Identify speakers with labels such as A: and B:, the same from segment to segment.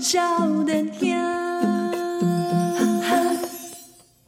A: 少年兄。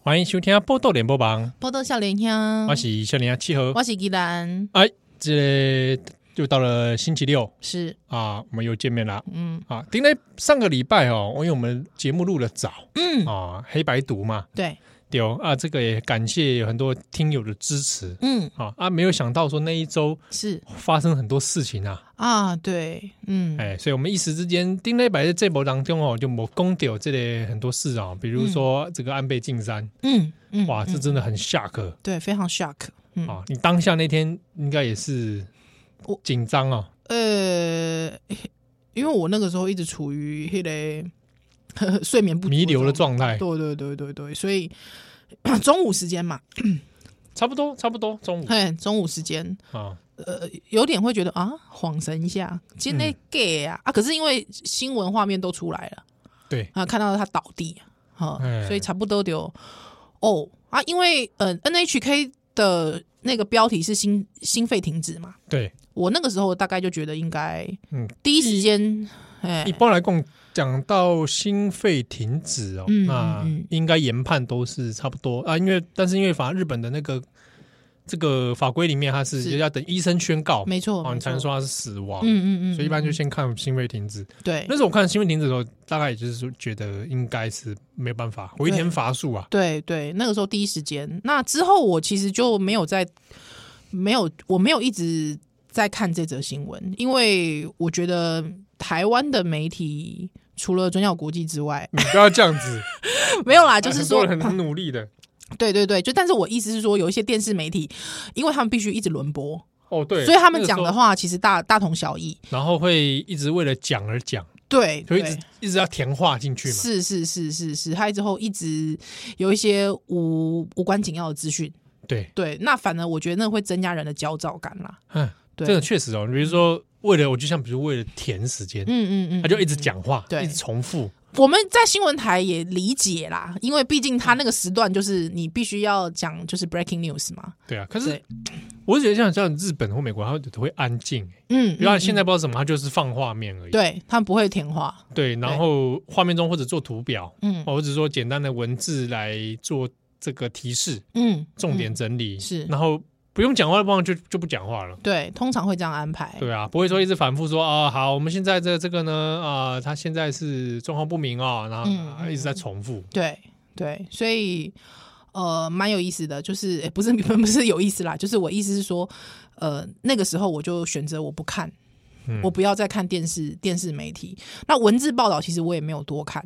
B: 欢迎收听《波豆联播榜
C: 波多少年》，兄，
B: 我是少年啊七和。
C: 嗯我是吉兰，
B: 哎，这又到了星期六
C: 是
B: 啊，我们又见面了
C: 嗯
B: 啊。顶在上个礼拜哦，因为我们节目录的早
C: 嗯
B: 啊，黑白读嘛，
C: 对
B: 对哦啊，这个也感谢有很多听友的支持
C: 嗯
B: 啊啊，没有想到说那一周
C: 是
B: 发生很多事情啊，
C: 啊对嗯
B: 哎，所以我们一时之间丁磊摆在这波当中哦，就某公掉这类很多事啊，比如说这个安倍晋三，
C: 嗯嗯
B: 哇，
C: 嗯
B: 这真的很下课。
C: 对非常 shock 嗯
B: 啊，你当下那天应该也是
C: 我
B: 紧张哦，
C: 呃， 因为我那个时候一直处于那个呵呵睡眠不足
B: 弥留的状态，
C: 对对对对对，所以 中午时间嘛，
B: 差不多差不多中午
C: 嘿，中午时间
B: 啊，
C: 呃有点会觉得啊恍神一下，今
B: 嗯
C: 天 gay 啊、啊，可是因为新闻画面都出来了。
B: 对，
C: 啊，看到他倒地，哈、
B: 哎
C: 所以差不多丢哦啊，因为呃 NHK 的那个标题是心心肺停止嘛，
B: 对，
C: 我那个时候大概就觉得应该
B: 嗯，
C: 第一时间，哎
B: 一，般来讲，讲到心肺停止哦，
C: 嗯
B: 那
C: 嗯嗯
B: 应该研判都是差不多啊，因为但是因为法日本的那个这个法规里面，它是
C: 是
B: 要等医生宣告，
C: 没错，
B: 哦，
C: 没
B: 你才能
C: 错
B: 说它是死亡，
C: 嗯嗯嗯，
B: 所以一般就
C: 嗯
B: 先看心肺停止。
C: 对
B: 那时候我看心肺停止的时候，大概也就是说觉得应该是没有办法，回天乏术啊，
C: 对对，那个时候第一时间，那之后我其实就没有在没有我没有一直在看这则新闻，因为我觉得台湾的媒体除了转角国际之外，
B: 你不要这样子，
C: 没有啦，啊就是
B: 很
C: 说
B: 多人很努力的。
C: 对对对，就但是我意思是说，有一些电视媒体，因为他们必须一直轮播，
B: 哦，对，
C: 所以他们
B: 那个时
C: 讲
B: 候
C: 的，话其实大大同小异。
B: 然后会一直为了讲而讲，
C: 对，
B: 就一
C: 对
B: 直，一直要填话进去嘛。
C: 是是是是是，还有之后一直有一些无无关紧要的资讯。
B: 对，
C: 对，那反而我觉得那会增加人的焦躁感啦。
B: 嗯，
C: 对，
B: 这个确实哦。比如说，为了我就像比如为了填时间，
C: 嗯嗯嗯，
B: 他就一直讲话，
C: 对
B: 一直重复，
C: 我们在新闻台也理解啦，因为毕竟他那个时段就是你必须要讲就是 breaking news 嘛。
B: 对啊。可是
C: 对
B: 我觉得像像日本或美国，他都会安静，
C: 嗯，
B: 因为他现
C: 在
B: 在不知道什么，他就是放画面而已。
C: 对他们不会填话。
B: 对，然后画面中或者做图表，哦
C: 嗯
B: 或者说简单的文字来做这个提示、
C: 嗯，
B: 重
C: 嗯
B: 点整理，
C: 是
B: 然后不用讲话的地方就就不讲话了。
C: 对，通常会这样安排。
B: 对啊，不会说一直反复说啊、好，我们现在这这个呢，啊、他现在是状况不明哦，然后、
C: 嗯
B: 啊一直在重复，
C: 对对，所以呃，蛮有意思的，就是、诶不是 不是有意思啦，就是我意思是说，呃，那个时候我就选择我不看，
B: 嗯
C: 我不要再看电视电视媒体。那文字报道其实我也没有多看，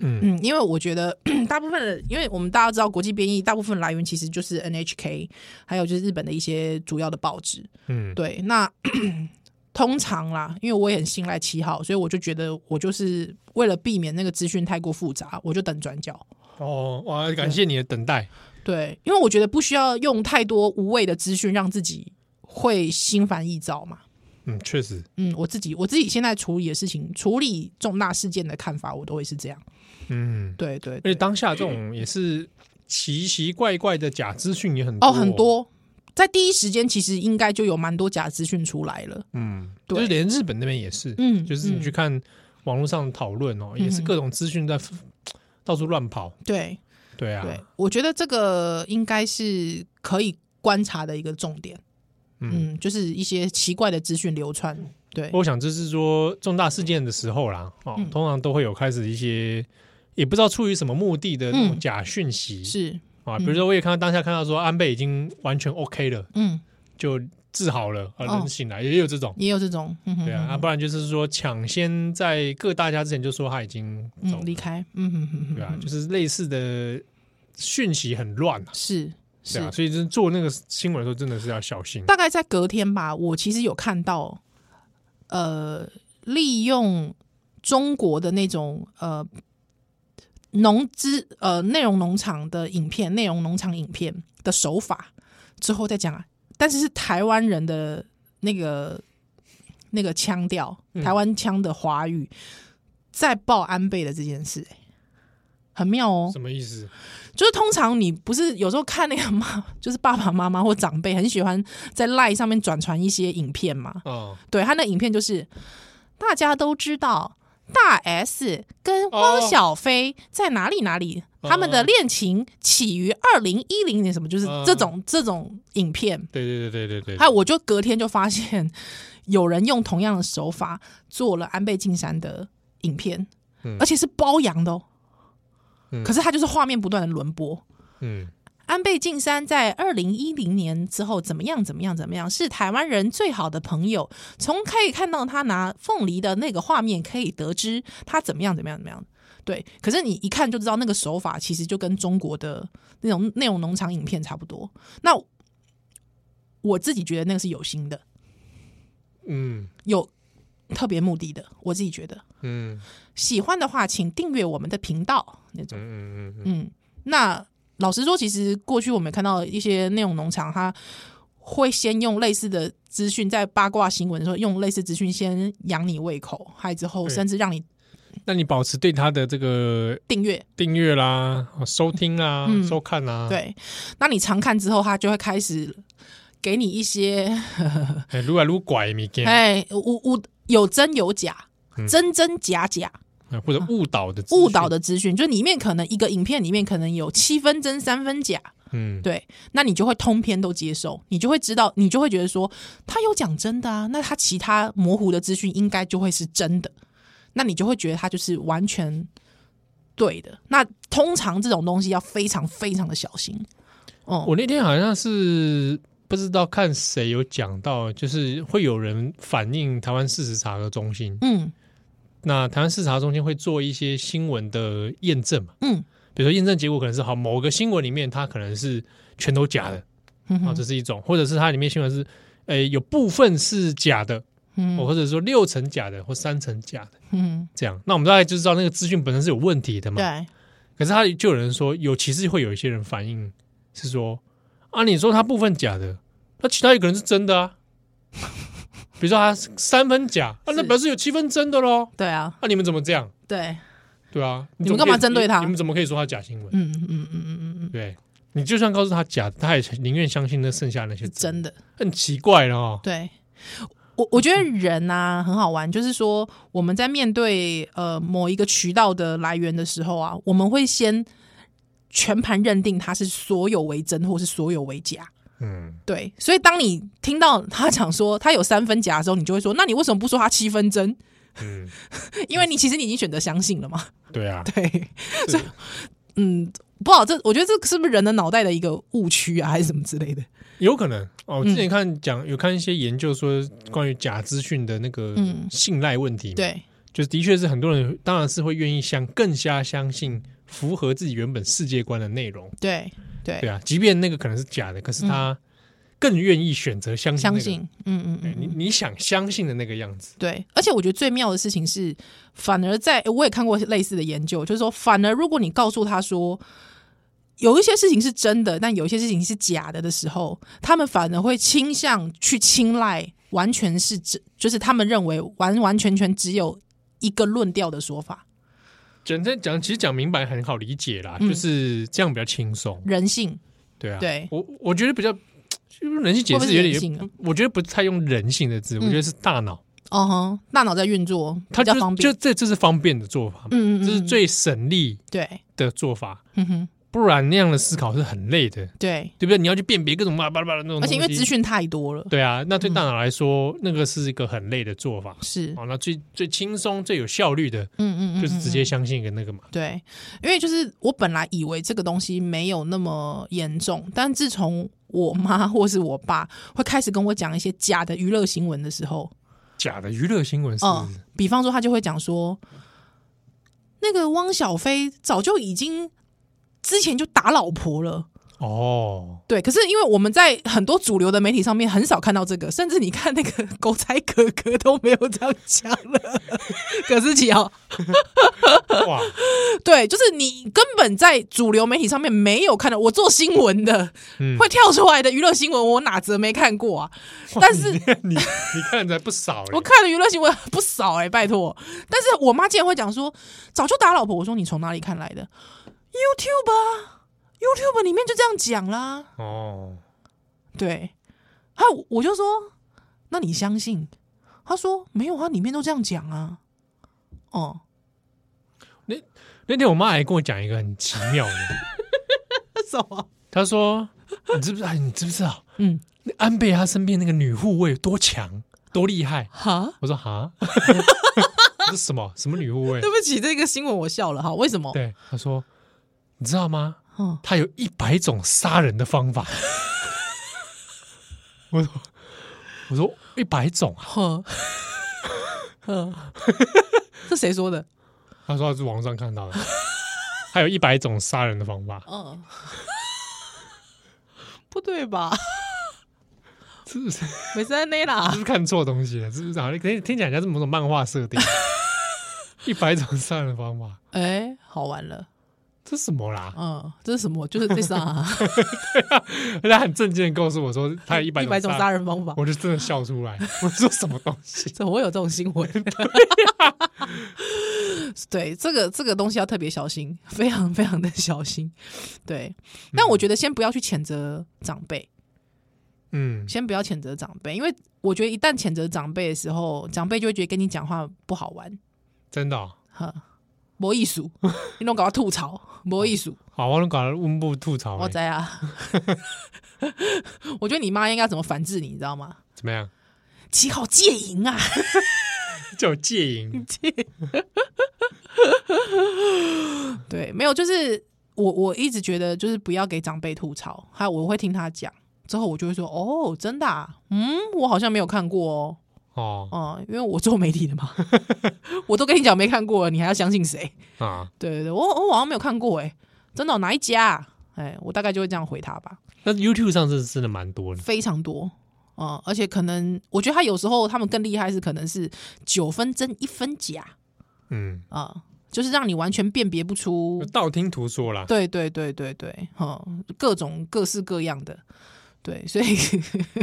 B: 嗯，
C: 嗯，因为我觉得大部分的，因为我们大家知道国际编译大部分来源其实就是 NHK，还有就是日本的一些主要的报纸。
B: 嗯，
C: 对，那 通常啦，因为我也很信赖七号，所以我就觉得我就是为了避免那个资讯太过复杂，我就等转角。
B: 哦，哇，感谢你的等待，
C: 对，因为我觉得不需要用太多无谓的资讯让自己会心烦意躁嘛。
B: 嗯，确实，
C: 嗯，我自己我自己现在处理的事情，处理重大事件的看法，我都会是这样。
B: 嗯，
C: 对对
B: 而且
C: 对，
B: 当下这种也是奇奇怪怪的假资讯也很多
C: 哦，很，多，在第一时间其实应该就有蛮多假资讯出来了。
B: 嗯，就
C: 对
B: 是连日本那边也是，
C: 嗯
B: 就是你去看网络上讨论哦，也是各种资讯在 到处乱跑，
C: 对
B: 对啊，
C: 对，我觉得这个应该是可以观察的一个重点。
B: 嗯，
C: 嗯，就是一些奇怪的资讯流窜。对，
B: 我想这是说重大事件的时候啦，哦，
C: 嗯
B: 通常都会有开始一些也不知道出于什么目的的那种假讯息、
C: 嗯是，
B: 啊，比如说我也看到当下看到说安倍已经完全 OK 了，
C: 嗯，
B: 就治好了，啊，
C: 哦
B: 人醒来、也有这种，
C: 也有这种，嗯哼
B: 对啊，
C: 哼哼
B: 啊，不然就是说抢先在各大家之前就说他已经走
C: 嗯，
B: 了，
C: 离开，嗯哼哼哼
B: 对啊，
C: 哼
B: 就是类似的讯息很乱啊，
C: 是
B: 对啊，
C: 是，
B: 所以就是做那个新闻的时候真的是要小心，
C: 大概在隔天吧，我其实有看到，呃，利用中国的那种呃农资呃内容农场的影片，内容农场影片的手法之后再讲啊，但是是台湾人的那个那个腔调，
B: 嗯
C: 台湾腔的华语，在报安倍的这件事、欸很妙哦，
B: 什么意思？
C: 就是通常你不是有时候看那个妈， 就是爸爸妈妈或长辈很喜欢在 LINE 上面转传一些影片嘛？
B: 哦，
C: 对他那影片就是大家都知道大 S 跟汪小菲在哪里哪里，
B: 哦
C: 他们的恋情起于二零一零年什么，就是
B: 嗯
C: 这种、这种影片。
B: 对对对对对
C: 还
B: 对，
C: 有，我就隔天就发现有人用同样的手法做了安倍晋三的影片，
B: 嗯
C: 而且是包养的哦。
B: 嗯
C: 可是它就是画面不断的轮播。
B: 嗯
C: 安倍晋三在二零一零年之后怎么样怎么样怎么样，是台湾人最好的朋友。从可以看到他拿凤梨的那个画面，可以得知他怎么样怎么样怎么样。对，可是你一看就知道那个手法其实就跟中国的那种那种农场影片差不多。那我自己觉得那个是有心的，
B: 嗯
C: 有特别目的的，我自己觉得。
B: 嗯
C: 喜欢的话，请订阅我们的频道那种。
B: 嗯嗯嗯
C: 嗯，那老实说，其实过去我们也看到一些内容农场，它会先用类似的资讯，在八卦新闻的时候用类似资讯先养你胃口，还之后
B: 对
C: 甚至让你
B: 嗯，那你保持对他的这个
C: 订阅。
B: 订阅啦、哦收听啦、
C: 嗯
B: 收看啊啦，，
C: 对，那你常看之后，它就会开始给你一些
B: 哎，撸来撸拐物件，
C: 哎，无无有真有假
B: 嗯，
C: 真真假假，
B: 哎或者误导的资讯
C: 误导，的资讯，就里面可能一个影片里面可能有七分真三分假，
B: 嗯，
C: 对，那你就会通篇都接受，你就会知道，你就会觉得说他有讲真的啊，那他其他模糊的资讯应该就会是真的，那你就会觉得他就是完全对的。那通常这种东西要非常非常的小心。哦，
B: 我那天好像是不知道看谁有讲到，就是会有人反映台湾事实查核中心，
C: 嗯
B: 那台湾视察中心会做一些新闻的验证嘛？
C: 嗯
B: 比如说验证结果可能是好某个新闻里面它可能是全都假的
C: 嗯
B: 啊，
C: 哼
B: 这是一种，或者是它里面新闻是诶有部分是假的，
C: 嗯
B: 哦或者说六成假的或三成假的
C: 嗯，
B: 这样。那我们大概就知道那个资讯本身是有问题的嘛。
C: 对，
B: 可是他就有人说有，其实会有一些人反映是说啊，你说他部分假的，那其他有个人是真的 啊。比如说他三分假，啊、那
C: 是
B: 表示有七分真的喽。
C: 对啊，
B: 那、你们怎么这样？
C: 对，
B: 对啊，
C: 你
B: 怎么
C: 们干嘛
B: 可以
C: 针对他
B: 你？你们怎么可以说他假新闻？
C: 嗯嗯嗯嗯嗯嗯，
B: 对你就算告诉他假，他也宁愿相信那剩下那些
C: 是真
B: 的，
C: 的。
B: 很奇怪了哦。
C: 对，我我觉得人啊很好玩，就是说我们在面对呃某一个渠道的来源的时候啊，我们会先全盘认定它是所有为真或是所有为假。
B: 嗯，
C: 对，所以当你听到他讲说他有三分假的时候，你就会说：那你为什么不说他七分真？
B: 嗯，
C: 因为你其实你已经选择相信了嘛。
B: 对啊，
C: 对，
B: 是
C: 嗯，不好，这我觉得这是不是人的脑袋的一个误区啊，还是什么之类的？
B: 有可能哦。我之前
C: 嗯
B: 看讲有看一些研究说关于假资讯的那个
C: 嗯
B: 信赖问题，，
C: 对，
B: 就是的确是很多人当然是会愿意相更加相信符合自己原本世界观的内容，
C: 对，对，嗯
B: 对啊，即便那个可能是假的，可是他更愿意选择相信那
C: 相
B: 个
C: 信，嗯嗯
B: 对
C: 嗯，
B: 你你想相信的那个样子，
C: 对，而且我觉得最妙的事情是，反而在我也看过类似的研究，就是说，反而如果你告诉他说有一些事情是真的，但有一些事情是假的的时候，他们反而会倾向去青睐完全是真，就是他们认为完完全全只有一个论调的说法，
B: 简单讲，其实讲明白很好理解啦，
C: 嗯
B: 就是这样比较轻松，
C: 人性。
B: 对啊。
C: 对
B: 我我觉得比较就是人性解
C: 会不
B: 释
C: 会
B: 有点
C: 是人性啊
B: 不我觉得不太用人性的字，我觉得是大脑，
C: 哦哼，大脑在运作，
B: 它
C: 比较
B: 就
C: 方
B: 是
C: 便。
B: 就这这是方便的做法嘛，
C: 嗯嗯嗯，
B: 这是
C: 嗯
B: 最省力
C: 对，
B: 的做法，
C: 嗯哼，
B: 不然那样的思考是很累的，
C: 对，
B: 对不对？你要去辨别各种巴拉巴拉巴拉那种，
C: 而且因为资，讯嗯太多了，
B: 对啊，那对大脑来说，那个是一个很累的做法。
C: 是，
B: 哦，那最最轻松、最有效率的，
C: 嗯嗯嗯，
B: 就是直
C: 嗯
B: 接相信一个那个嘛。
C: 对，因为就是我本来以为这个东西没有那么严重，但自从我妈或是我爸会开始跟我讲一些假的娱乐新闻的时候，
B: 假的娱乐新闻是不
C: 嗯
B: 是，
C: 比方说他就会讲说，那个汪小菲早就已经之前就打老婆了。
B: 哦，
C: 对，可是因为我们在很多主流的媒体上面很少看到这个，甚至你看那个 狗仔哥哥都没有这样讲了。 可是奇哦，
B: 哦哇，
C: 对，就是你根本在主流媒体上面没有看到，我做新闻的，
B: 嗯
C: 会跳出来的娱乐新闻，我哪则没看 过啊？但是
B: 你 你你看的还不少欸嘞，
C: 我看的娱乐新闻 不少哎、拜托。但是我妈竟然会讲说，早就打老婆。我说你从哪里看来的？YouTube 啊，YouTube 里面就这样讲啦。
B: 哦，
C: 对，还有我就说，那你相信？她说没有啊，里面都这样讲啊。哦、
B: 那天我妈还跟我讲一个很奇妙的，
C: 什么？
B: 她说：“你知不知道？你知不知道
C: 嗯，
B: 那安倍他身边那个女护卫有多强多厉害
C: 哈？”，
B: 我说：“ 哈，这什么什么女护卫
C: 对不起，这个新闻我笑了哈。为什？”么？
B: 对，她说：“你知道吗？
C: 嗯，
B: 她有一百种杀人的方法。” 我说：“我说一百种啊
C: 呵， 呵， 这谁说的？？”
B: 她说：“她是网上看到的，她有一百种杀人的方 法。”
C: 嗯，不对 吧？
B: 是不是？是
C: 没三 A 啦
B: 不，是看错东西了？是不是？好像听听起来像是某种漫画设 定，一百种杀人方法，
C: 哎、好玩了。
B: 这什么啦？
C: 嗯，这是什么？就是这啥、啊
B: 而且他很震惊的告诉我说，他有一百
C: 一百种杀
B: 人，
C: 人方法，
B: 我就真的笑出来。 我说什么东西？
C: 怎么会有这种新 闻？对，这个这个东西要特别小心，非常非常的小心。对，但我觉得先不要去谴责长辈，
B: 嗯，
C: 先不要谴责长辈，因为我觉得一旦谴责长辈的时候，长辈就会觉得跟你讲话不好玩，
B: 真的、哦。
C: 哈，没艺术，你弄搞他吐槽，没艺术，
B: 好，我能搞了温布吐槽、
C: 我
B: 欸，
C: 在啊。 我觉得你妈应该怎么反制你，你知道吗？
B: 怎么样？
C: 七号戒淫啊！
B: 叫我戒 淫，
C: 对，没有，就是我我一直觉得就是不要给长辈吐槽，还有我会听他讲，之后我就会说哦，真的、啊，嗯，我好像没有看过哦，
B: 哦
C: 嗯，因为我做媒体的嘛，我都跟你讲没看过了，你还要相信谁？
B: 啊！
C: 对对对，我我好像没有看过哎、真的哦、哪一家、啊？哎，我大概就会这样回他吧，
B: 那 YouTube 上是真的蛮多的，
C: 非常多。嗯，而且可能，我觉得他有时候他们更厉害是，可能是九分真一分假
B: 嗯，
C: 啊、就是让你完全辨别不出
B: 道听途说啦。
C: 对对对对对，哈，各种各式各样的，对，所以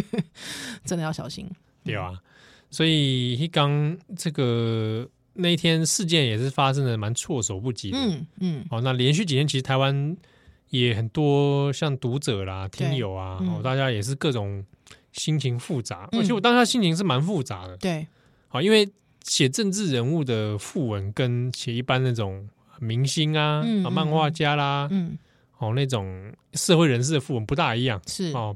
C: 真的要小心。
B: 对啊，所以一刚这个那一天事件也是发生的蛮措手不及的。
C: 嗯嗯，
B: 哦，那连续几天其实台湾也很多像读者啦、
C: 对
B: 听友啊，
C: 嗯
B: 哦，大家也是各种心情复杂，
C: 嗯
B: 而且我当下心情是蛮复杂的。
C: 对，
B: 好，因为写政治人物的副文跟写一般那种明星啊、
C: 嗯
B: 啊
C: 嗯
B: 漫画家啦，
C: 嗯
B: 哦那种社会人士的副文不大一样
C: 是，
B: 哦，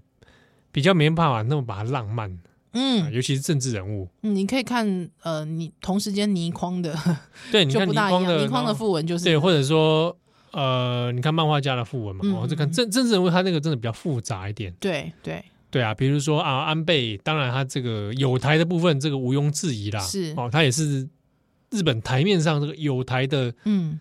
B: 比较没办法那么把它浪漫，啊
C: 嗯，
B: 尤其是政治人物。
C: 嗯你可以看呃，你同时间倪匡的
B: 对，你
C: 就
B: 看
C: 不
B: 倪
C: 大一
B: 匡
C: 样，
B: 的
C: 倪匡的
B: 然后
C: 副文就是
B: 对，或者说呃，你看漫画家的副文嘛，
C: 嗯
B: 哦，
C: 嗯
B: 这看
C: 嗯
B: 政政治人物他那个真的比较复杂一点。
C: 对对
B: 对啊，比如说啊，安倍，当然他这个有台的部分，这个毋庸置疑啦，
C: 是
B: 哦，他也是日本台面上这个有台的
C: 嗯，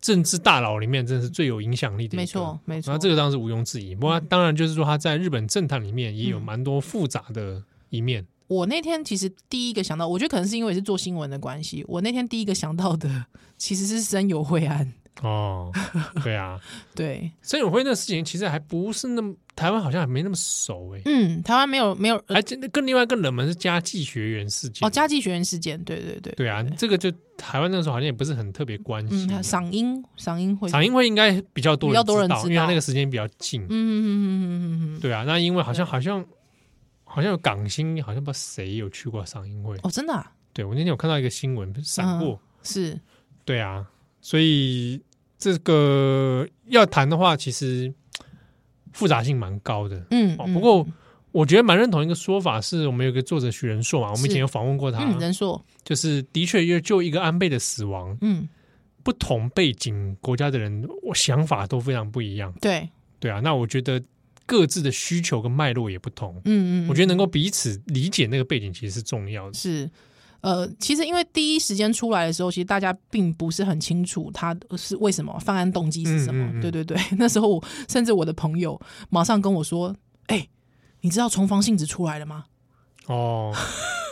B: 政治大佬里面，真的是最有影响力的一个
C: 没错没
B: 那
C: 错，嗯
B: 这个当然是毋庸置疑，不过他当然就是说他在日本政坛里面也有蛮多复杂的一面。
C: 我那天其实第一个想到，我觉得可能是因为是做新闻的关系，我那天第一个想到的其实是深有惠安，
B: 哦，对 啊，
C: 对，
B: 森永辉那个事情其实还不是那么台湾好像还没那么熟欸诶、
C: 嗯，台湾没有没有
B: 还真的更另外更冷门是家计学员事件
C: 哦，家计学院事件，对对对，
B: 对啊，这个就台湾那时候好像也不是很特别关心啊
C: 嗯，他。嗓音嗓音会
B: 赏樱会应该比较多
C: 比较多
B: 知
C: 人
B: 道，
C: 知道
B: 因为他那个时间比较近。
C: 嗯嗯嗯嗯嗯嗯嗯，
B: 对啊，那因为好像好像好像有港星，好像不知道谁有去过赏樱会。
C: 哦，真的、啊、
B: 对我那天有看到一个新闻闪
C: 嗯
B: 过，
C: 是，
B: 对啊，所以这个要谈的话，其实复杂性蛮高的。
C: 嗯，
B: 哦
C: 嗯
B: 不过我觉得蛮认同一个说法，是我们有个作者许仁硕嘛，我们以前
C: 是
B: 有访问过他，
C: 嗯，人硕，
B: 就是的确，因为就一个安倍的死亡，
C: 嗯，
B: 不同背景国家的人，我想法都非常不一样。
C: 对，
B: 对啊，那我觉得各自的需求跟脉络也不同，
C: 嗯嗯，
B: 我觉得能
C: 够
B: 够彼此理解那个背景其实是重要 的。
C: 是。呃，其实因为第一时间出来的时候，其实大家并不是很清楚他是为什么犯案动机是什么。
B: 嗯嗯嗯
C: 对对对， 那时候我甚至我的朋友马上跟我说：“哎、你知道重房性质出来了吗？
B: 哦，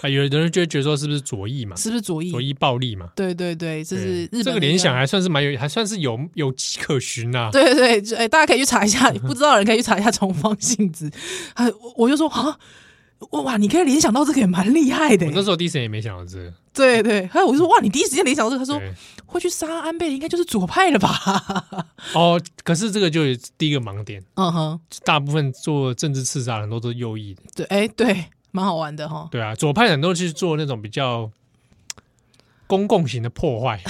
B: 啊，有的人就会觉得说是不是左翼嘛，
C: 是不是左翼？”
B: 左翼暴力嘛，
C: 对对对，这是日
B: 对
C: 本
B: 这个
C: 的一
B: 联想还算是蛮有，还算是有有迹可循啊。
C: 对对对，哎、大家可以去查 一下，不知道的人可以去查一下重方性质。啊，我我就说啊，哇，你可以联想到这个也蛮厉害的
B: 我。那时候第一时间也没想到这个，
C: 对对，还有我就说哇，你第一时间联想到这个，他说
B: 对
C: 会去杀安倍的应该就是左派了吧？
B: 哦，可是这个就有第一个盲点，
C: 嗯哼，
B: 大部分做政治刺杀的很多都是右翼的，
C: 对，哎、对，蛮好玩的哈。
B: 对啊，左派很多去做那种比较公共型的破 坏，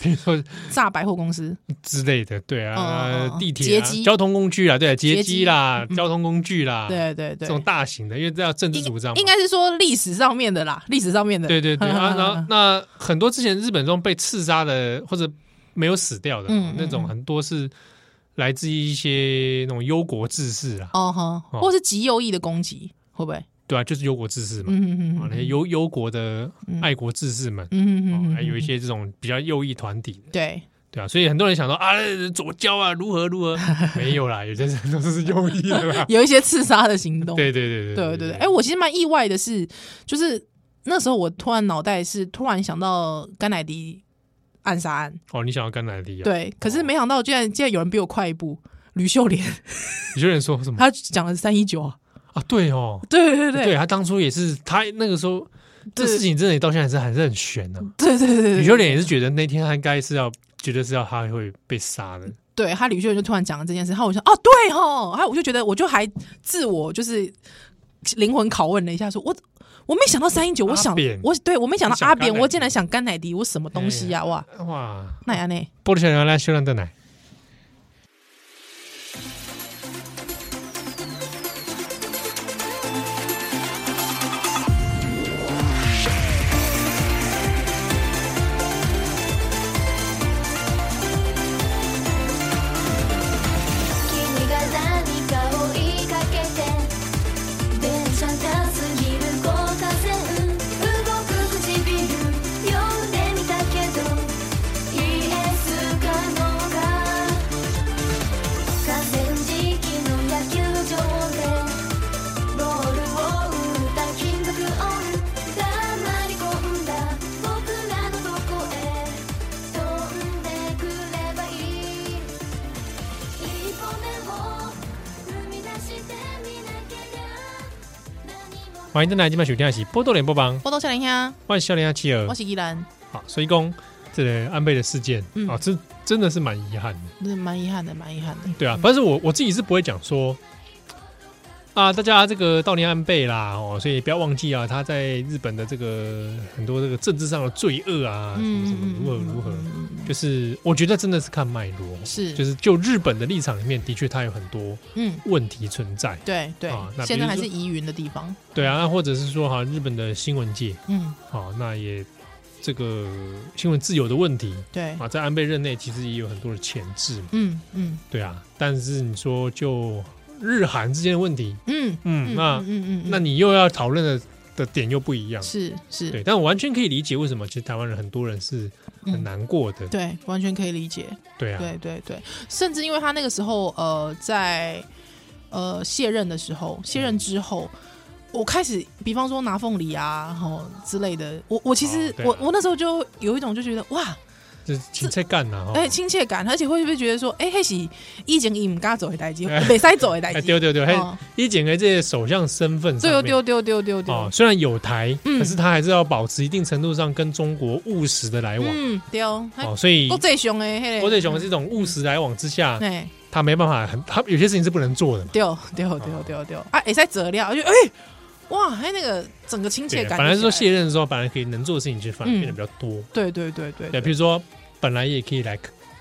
B: 比如说
C: 炸百货公司，
B: 之类的，对啊，
C: 嗯嗯嗯
B: 地铁、
C: 劫
B: 啊
C: 机、
B: 交通工具啊，对啊，劫
C: 劫
B: 机
C: 机
B: 啦，
C: 嗯
B: 交通工具啦，
C: 对对
B: 啊这
C: 对，
B: 种大型的，因为这要政治
C: 应
B: 主张嘛，
C: 应该是说历史上面的啦，历史上面的，
B: 对对对啊，然后
C: 嗯
B: 那很多之前日本中被刺杀的或者没有死掉的
C: 嗯嗯
B: 那种，
C: 嗯
B: 很多是来自一些那种忧国志士啊，
C: 哦哈，
B: 哦
C: 或是极右翼的攻击，会不会？
B: 对啊，就是忧国志士嘛，
C: 嗯嗯
B: 啊，那些
C: 嗯
B: 忧忧国的爱国志士们，
C: 嗯
B: 哦
C: 嗯，
B: 还有一些这种比较右翼团体的，
C: 对，，
B: 对啊，所以很多人想说啊，左交啊，如何 如何，没有啦，有些人都是右翼 的啦
C: 有一些刺杀的行动，
B: 对对对
C: 对
B: 对
C: 对对。哎，我其实蛮意外的是，就是那时候我突然脑袋是突然想到甘乃迪暗杀案，
B: 哦，你想要甘乃迪啊？，
C: 对，可是没想到竟然竟然有人比我快一步。吕秀莲，
B: 嗯有些人说什么
C: 她讲的是三一九，
B: 啊？对哦，
C: 对对
B: 对
C: 对
B: 他当初也是，他那个时候这
C: 对
B: 事情真的也到现在还是还是很悬呢、啊。
C: 对对对对，
B: 吕秀莲也是觉得那天他应该是要，觉得是要他会被杀的，
C: 对他吕秀莲就突然讲了这件事，然后我就说哦对哦，然后我就觉得我就还自我就是灵魂拷问了一下，说我我没想到三一九，我
B: 阿
C: 想
B: 扁
C: 我对我没想到
B: 你想
C: 阿
B: 甘
C: 扁，
B: 乃
C: 我
B: 迪
C: 竟然想甘乃迪，我什么东西呀、哇，
B: 哇！
C: 那样呢？
B: 波多小牛来修炼的奶，
A: 君が何かを追いかけて電車が過ぎる交差点動く唇読んでみたけどイエスかノーか河川敷の野球場でボールを打ったキングオン黙り込んだ僕らのとこへ飛んでくればいい一歩目を踏み出してみなきゃ何も
B: 欢迎的奶今晚收听的是波多连播帮，
C: 波多笑莲香，
B: 欢迎笑脸阿企鹅
C: 我。是依兰，
B: 好，所以公这个安倍的事件
C: 嗯
B: 啊，这真的是蛮遗憾的，
C: 那蛮遗憾的，蛮遗憾的。
B: 对啊。但是我我自己是不会讲说啊，大家这个悼念安倍啦，哦，所以不要忘记啊，他在日本的这个很多这个政治上的罪恶啊，什么什么如何如何。
C: 嗯嗯
B: 就是我觉得真的是看脉络，啊
C: 是
B: 就是就日本的立场里面，的确它有很多
C: 嗯，
B: 问题存在，
C: 对对
B: 啊那，比如
C: 现在还
B: 说
C: 是疑云的地方，
B: 对啊，那或者是说哈，日本的新闻界
C: 嗯，
B: 啊，那也这个新闻自由的问题
C: 对，
B: 啊，在安倍任内其实也有很多的前置嘛，
C: 嗯嗯
B: 对啊，但是你说就日韩之间的问题，
C: 嗯
B: 嗯，
C: 嗯，
B: 那
C: 嗯嗯嗯，
B: 那你又要讨论的的点又不一样，
C: 是是
B: 对，但我完全可以理解为什么其实台湾人很多人是很
C: 嗯
B: 难过的，
C: 对，完全可以理解。
B: 对啊，
C: 对对对，甚至因为他那个时候呃，在呃卸任的时候，卸任之后，我开始比方说拿凤梨啊，然后之类的，我我其实、
B: 哦对啊
C: 我我那时候就有一种就觉得哇，
B: 这情切干啊哦呐，哈
C: 哎、，亲切感，而且会不会觉得说，哎、嘿是以前伊唔敢走 的代志，北塞走的代
B: 哎，
C: 志
B: 对，对对，还
C: 哦
B: 一剪开这些首相身份上
C: 丢
B: 面，
C: 丢丢丢丢
B: 哦
C: 丢，，
B: 虽然有台，
C: 嗯
B: 可是他还是要保持一定程度上跟中国务实的来往。
C: 嗯丢，
B: 啊哦，所以
C: 国最凶诶，嘿，
B: 郭在雄这种务实来往之下，
C: 哎
B: 他没办法，很他有些事情是不能做的嘛。
C: 丢
B: 哦
C: 丢丢丢丢，啊，哎塞折料，就哎、哇，还那个整个亲切
B: 对，啊
C: 感就起来了，
B: 本来是说卸任的时候，本来可以能做的事情就反而
C: 嗯
B: 变得比较多。
C: 对，对对对
B: 对，
C: 对，
B: 比如说本来也可以来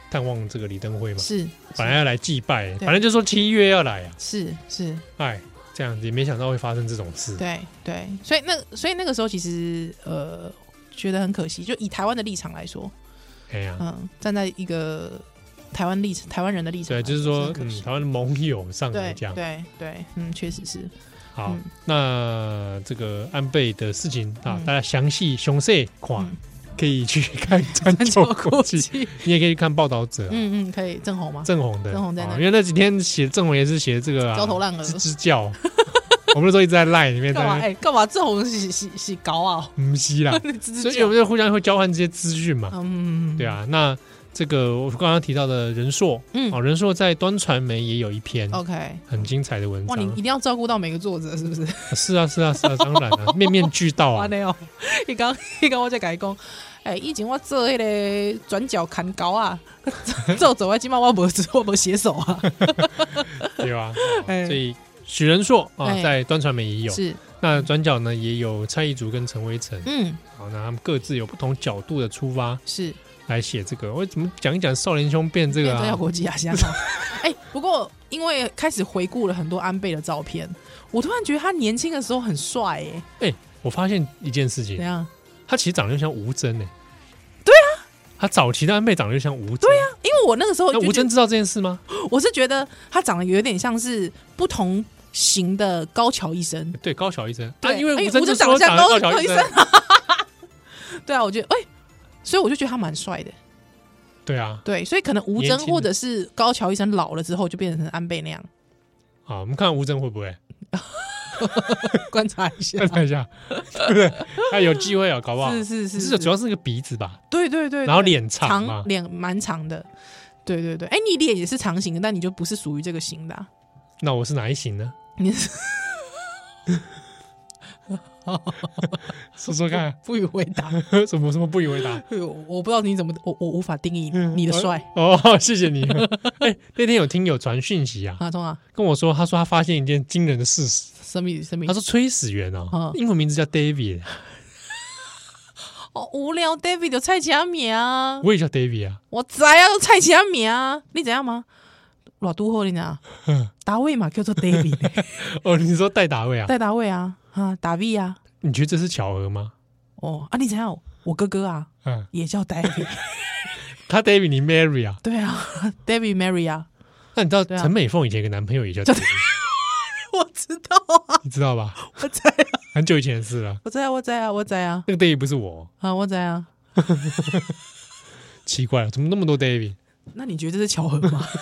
B: 探望这个李登辉嘛，
C: 是
B: 本来要来祭拜，
C: 对
B: 本来就说七月要来啊，
C: 是是，
B: 哎，这样子也没想到会发生这种事。
C: 对对，所以那所以那个时候其实呃，觉得很可惜。就以台湾的立场来说，
B: 哎呀，
C: 嗯，站在一个台湾立台湾人的立场
B: 对，
C: 来
B: 就是
C: 很
B: 说，
C: 可
B: 嗯，
C: 惜
B: 台湾的盟友上来
C: 对
B: 讲，
C: 对对，嗯，确实 是，
B: 好
C: 嗯，
B: 那这个安倍的事情啊，
C: 嗯
B: 大家详细详细看
C: 嗯，
B: 可以去看川 久国际，你也可以去看报道者啊，
C: 嗯嗯，可以，正红吗？
B: 郑红的，
C: 郑红在那
B: 啊因为那几天写郑红也是写这个啊
C: 焦头烂额
B: 支支教，我们那时候一直在赖里面在
C: 干嘛？
B: 那，
C: 哎，干嘛？正红洗洗洗搞 啊！，
B: 嗯西啦
C: 你只
B: 所以我们就互相会交换这些资讯嘛，
C: 嗯，
B: 对，啊，那这个我刚刚提到的仁硕，
C: 嗯
B: 哦，仁硕在端传媒也有一篇
C: ，OK，
B: 很啊精彩的文
C: 哇，你一
B: 章，
C: 定要照顾到每个作者，是不是？
B: 是啊是啊是啊，当然啊，面面俱到
C: 安
B: 啊，
C: 尼哦， 伊讲伊讲，我才甲伊讲，诶、以前我做迄个转角砍高啊，做 做啊，即码我无我无写手啊，
B: 对吧？哦
C: 哎
B: 所以许仁硕啊，
C: 哎
B: 在端传媒也有。
C: 是
B: 那转角呢也有蔡一竹跟陈威成，
C: 嗯，
B: 好，那他们各自有不同角度的出发
C: 是
B: 来写这个。我怎么讲一讲少年兄变这个
C: 变成要
B: 啊？
C: 国际亚香港。 哎、不过因为开始回顾了很多安倍的照片，我突然觉得他年轻的时候很帅哎、
B: 我发现一件事
C: 怎
B: 情，
C: 样？
B: 他其实长得就像吴征呢。对啊，他早期的安倍长得就像吴征。对啊，
C: 因为我那个时候
B: 那
C: 就
B: 吴
C: 觉得
B: 征知道这件事吗？
C: 我是觉得他长得有点像是不同型的高桥医生，
B: 对，高桥医生。啊，
C: 对，
B: 因为
C: 哎
B: 吴征
C: 吴
B: 就
C: 征
B: 说
C: 长
B: 长
C: 得像
B: 得高
C: 高
B: 桥
C: 桥
B: 医
C: 医
B: 生
C: 生。对啊，我觉得哎、所以我就觉得他蛮帅的，
B: 对啊，
C: 对，所以可能吴
B: 年
C: 征
B: 轻的
C: 或者是高桥医生老了之后就变成安倍那样，
B: 好，我们看吴征会不会？
C: 观察 一下
B: 观察一下，对不对？他有机会啊，搞不好。
C: 是是是，
B: 是主要是那个鼻子吧，
C: 对对对，
B: 然后
C: 对
B: 脸长嘛
C: 长，脸蛮长的，对对对，哎，你脸也是长型的，但你就不是属于这个型的啊、
B: 那我是哪一型呢？
C: 你 是
B: 说 说看，
C: 不予回答，
B: 什么什么不以为答？
C: 哎呦，我不知道你怎么，我我无法定义
B: 嗯
C: 你的帅
B: 哦， 谢谢你。哎、那天有听友传讯息啊，
C: 啊，通啊，
B: 跟我说，他说他发现一件惊人的事实，
C: 什么意思什么意
B: 他
C: 思？
B: 说崔始源哦，
C: 嗯
B: 英文名字叫 David，
C: 哦，无聊，David 有蔡奇阿米啊，
B: 我也叫 David 啊，
C: 我知啊，有蔡奇阿米啊，你怎样吗？老都好你怎样？ 大卫嘛叫做 David，呢
B: 哦，你说戴达卫啊？
C: 戴大卫啊，啊，大 V 啊，
B: 你觉得这是巧合吗？
C: 哦，啊，你怎样？我哥哥啊，
B: 嗯，
C: 也叫 David，
B: 他 David 你 Mary 啊？
C: 对啊，David Mary 啊，
B: 那你知道
C: 啊
B: 陈美凤以前有个男朋友也叫 David，
C: 我知道啊，
B: 你知道吧？
C: 我在啊，
B: 很久以前的事了，
C: 我在啊，我在啊，我在啊，
B: 那个 David 不是我，
C: 啊，我在啊。
B: 奇怪了，怎么那么多 David，
C: 那你觉得这是巧合吗？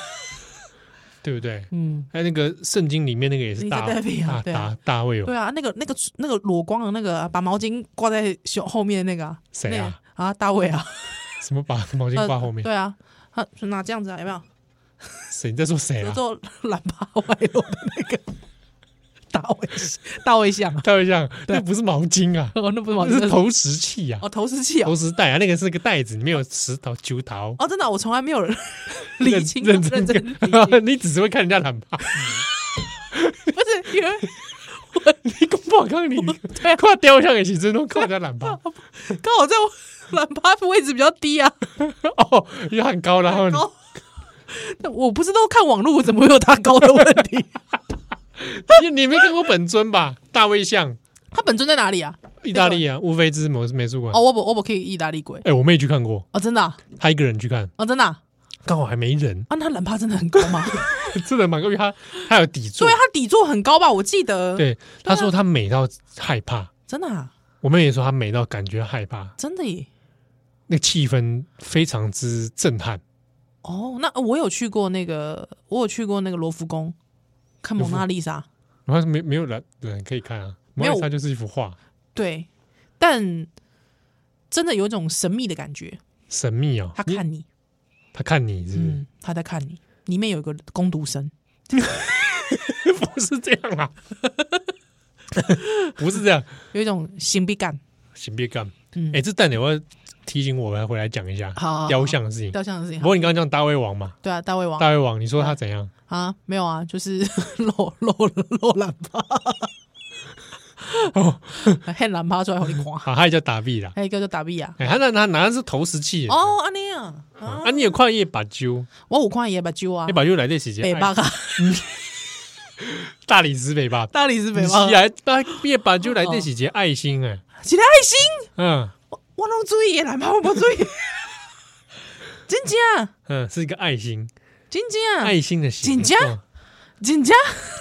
B: 对不对？
C: 嗯，
B: 还有那个圣经里面那个也是
C: 你
B: 大
C: 叫 David 啊
B: 大
C: 对
B: 大
C: 啊
B: 大卫哦
C: 对，啊，那个、那个、那个裸光的那个啊，把毛巾挂在胸后面的那个啊，
B: 谁啊
C: 那个？啊，大卫啊，
B: 什么把毛巾挂后面
C: 呃？对啊，他拿这样子啊，有没有？
B: 谁你在说谁
C: 就
B: 啊？
C: 做懒趴外露的那个 大卫大卫像啊，
B: 大卫像，
C: 对
B: 那不是毛巾啊，
C: 哦，那不是毛
B: 那是
C: 巾，
B: 投石器啊，
C: 哦，投石器啊
B: 投，石袋啊，那个是个袋子，里面有石头、球桃。
C: 哦，真的啊，我从来没有 理清
B: 认真
C: 认真理清，
B: 看， 你只是会看人家懒趴，
C: 不是因为
B: 你公不好看你
C: 对啊
B: 跨雕像的时阵都看人家懒 趴
C: 刚好在我懒趴的位置比较低 啊，
B: 哦，因为他很高，然后
C: 然后。那我不是都看网络，怎么会有他高的问题？
B: 你你没看过本尊吧？大卫像，
C: 他本尊在哪里啊？
B: 意大利啊，乌菲兹美美术馆
C: 哦，。我不我不可以意大利鬼
B: 哎，我妹去看过，
C: 哦，真的啊
B: 她一个人去看，
C: 哦，真的啊，
B: 刚好还没人，
C: 啊那懒趴真的很高吗？
B: 真的蛮高，因为她她有底座
C: 对，，他啊底座很高吧？我记得，
B: 对，她说她美到害怕，
C: 真的啊，
B: 我妹也说她美到感觉害怕，
C: 真的耶。
B: 那个气氛非常之震撼。
C: 哦，那我有去过那个，我有去过那个罗浮宫看蒙娜丽莎，
B: 然后没没有人人可以看啊，
C: 没
B: 蒙娜
C: 有
B: 丽莎就是一幅画，
C: 对，但真的有一种神秘的感觉，
B: 神秘哦。
C: 他
B: 你
C: 看你，
B: 他看你是
C: 嗯，他在看你，里面有一个攻读生，
B: 不是？ 不是这样啦， 不是这样。
C: 有一种心必
B: 嗯
C: 感，
B: 请别干。
C: 嗯
B: 哎，这蛋你要提醒我们回来讲一下
C: 好好啊好
B: 雕像的事情。
C: 雕像的事情
B: 不。过你刚刚讲大胃王嘛，
C: 对啊，大胃王
B: 大胃王，你说他怎 样？
C: 啊，没有啊，就是 露露露懒趴，
B: 哦，
C: 很懒趴出来给你看，
B: 好，他也叫达比啦。
C: 还有一个叫达比亚。
B: 哎，他那他拿的是投石器。
C: 啊哦，安尼啊，啊
B: 啊，你有看一把揪，
C: 我有看伊目睭啊
B: 一，把揪来这时间，
C: 北巴
B: 哎
C: 啊，
B: 大理石北吧，
C: 大理是 北
B: 不是
C: 巴，哦
B: 啊，大一把揪来这时节爱心哎，
C: 一个爱心，
B: 嗯。
C: 我我拢注意的，懒趴我无注意， 真正
B: 嗯，是一个爱心，
C: 真正
B: 爱心的心。
C: 真假
B: 哇
C: 真正，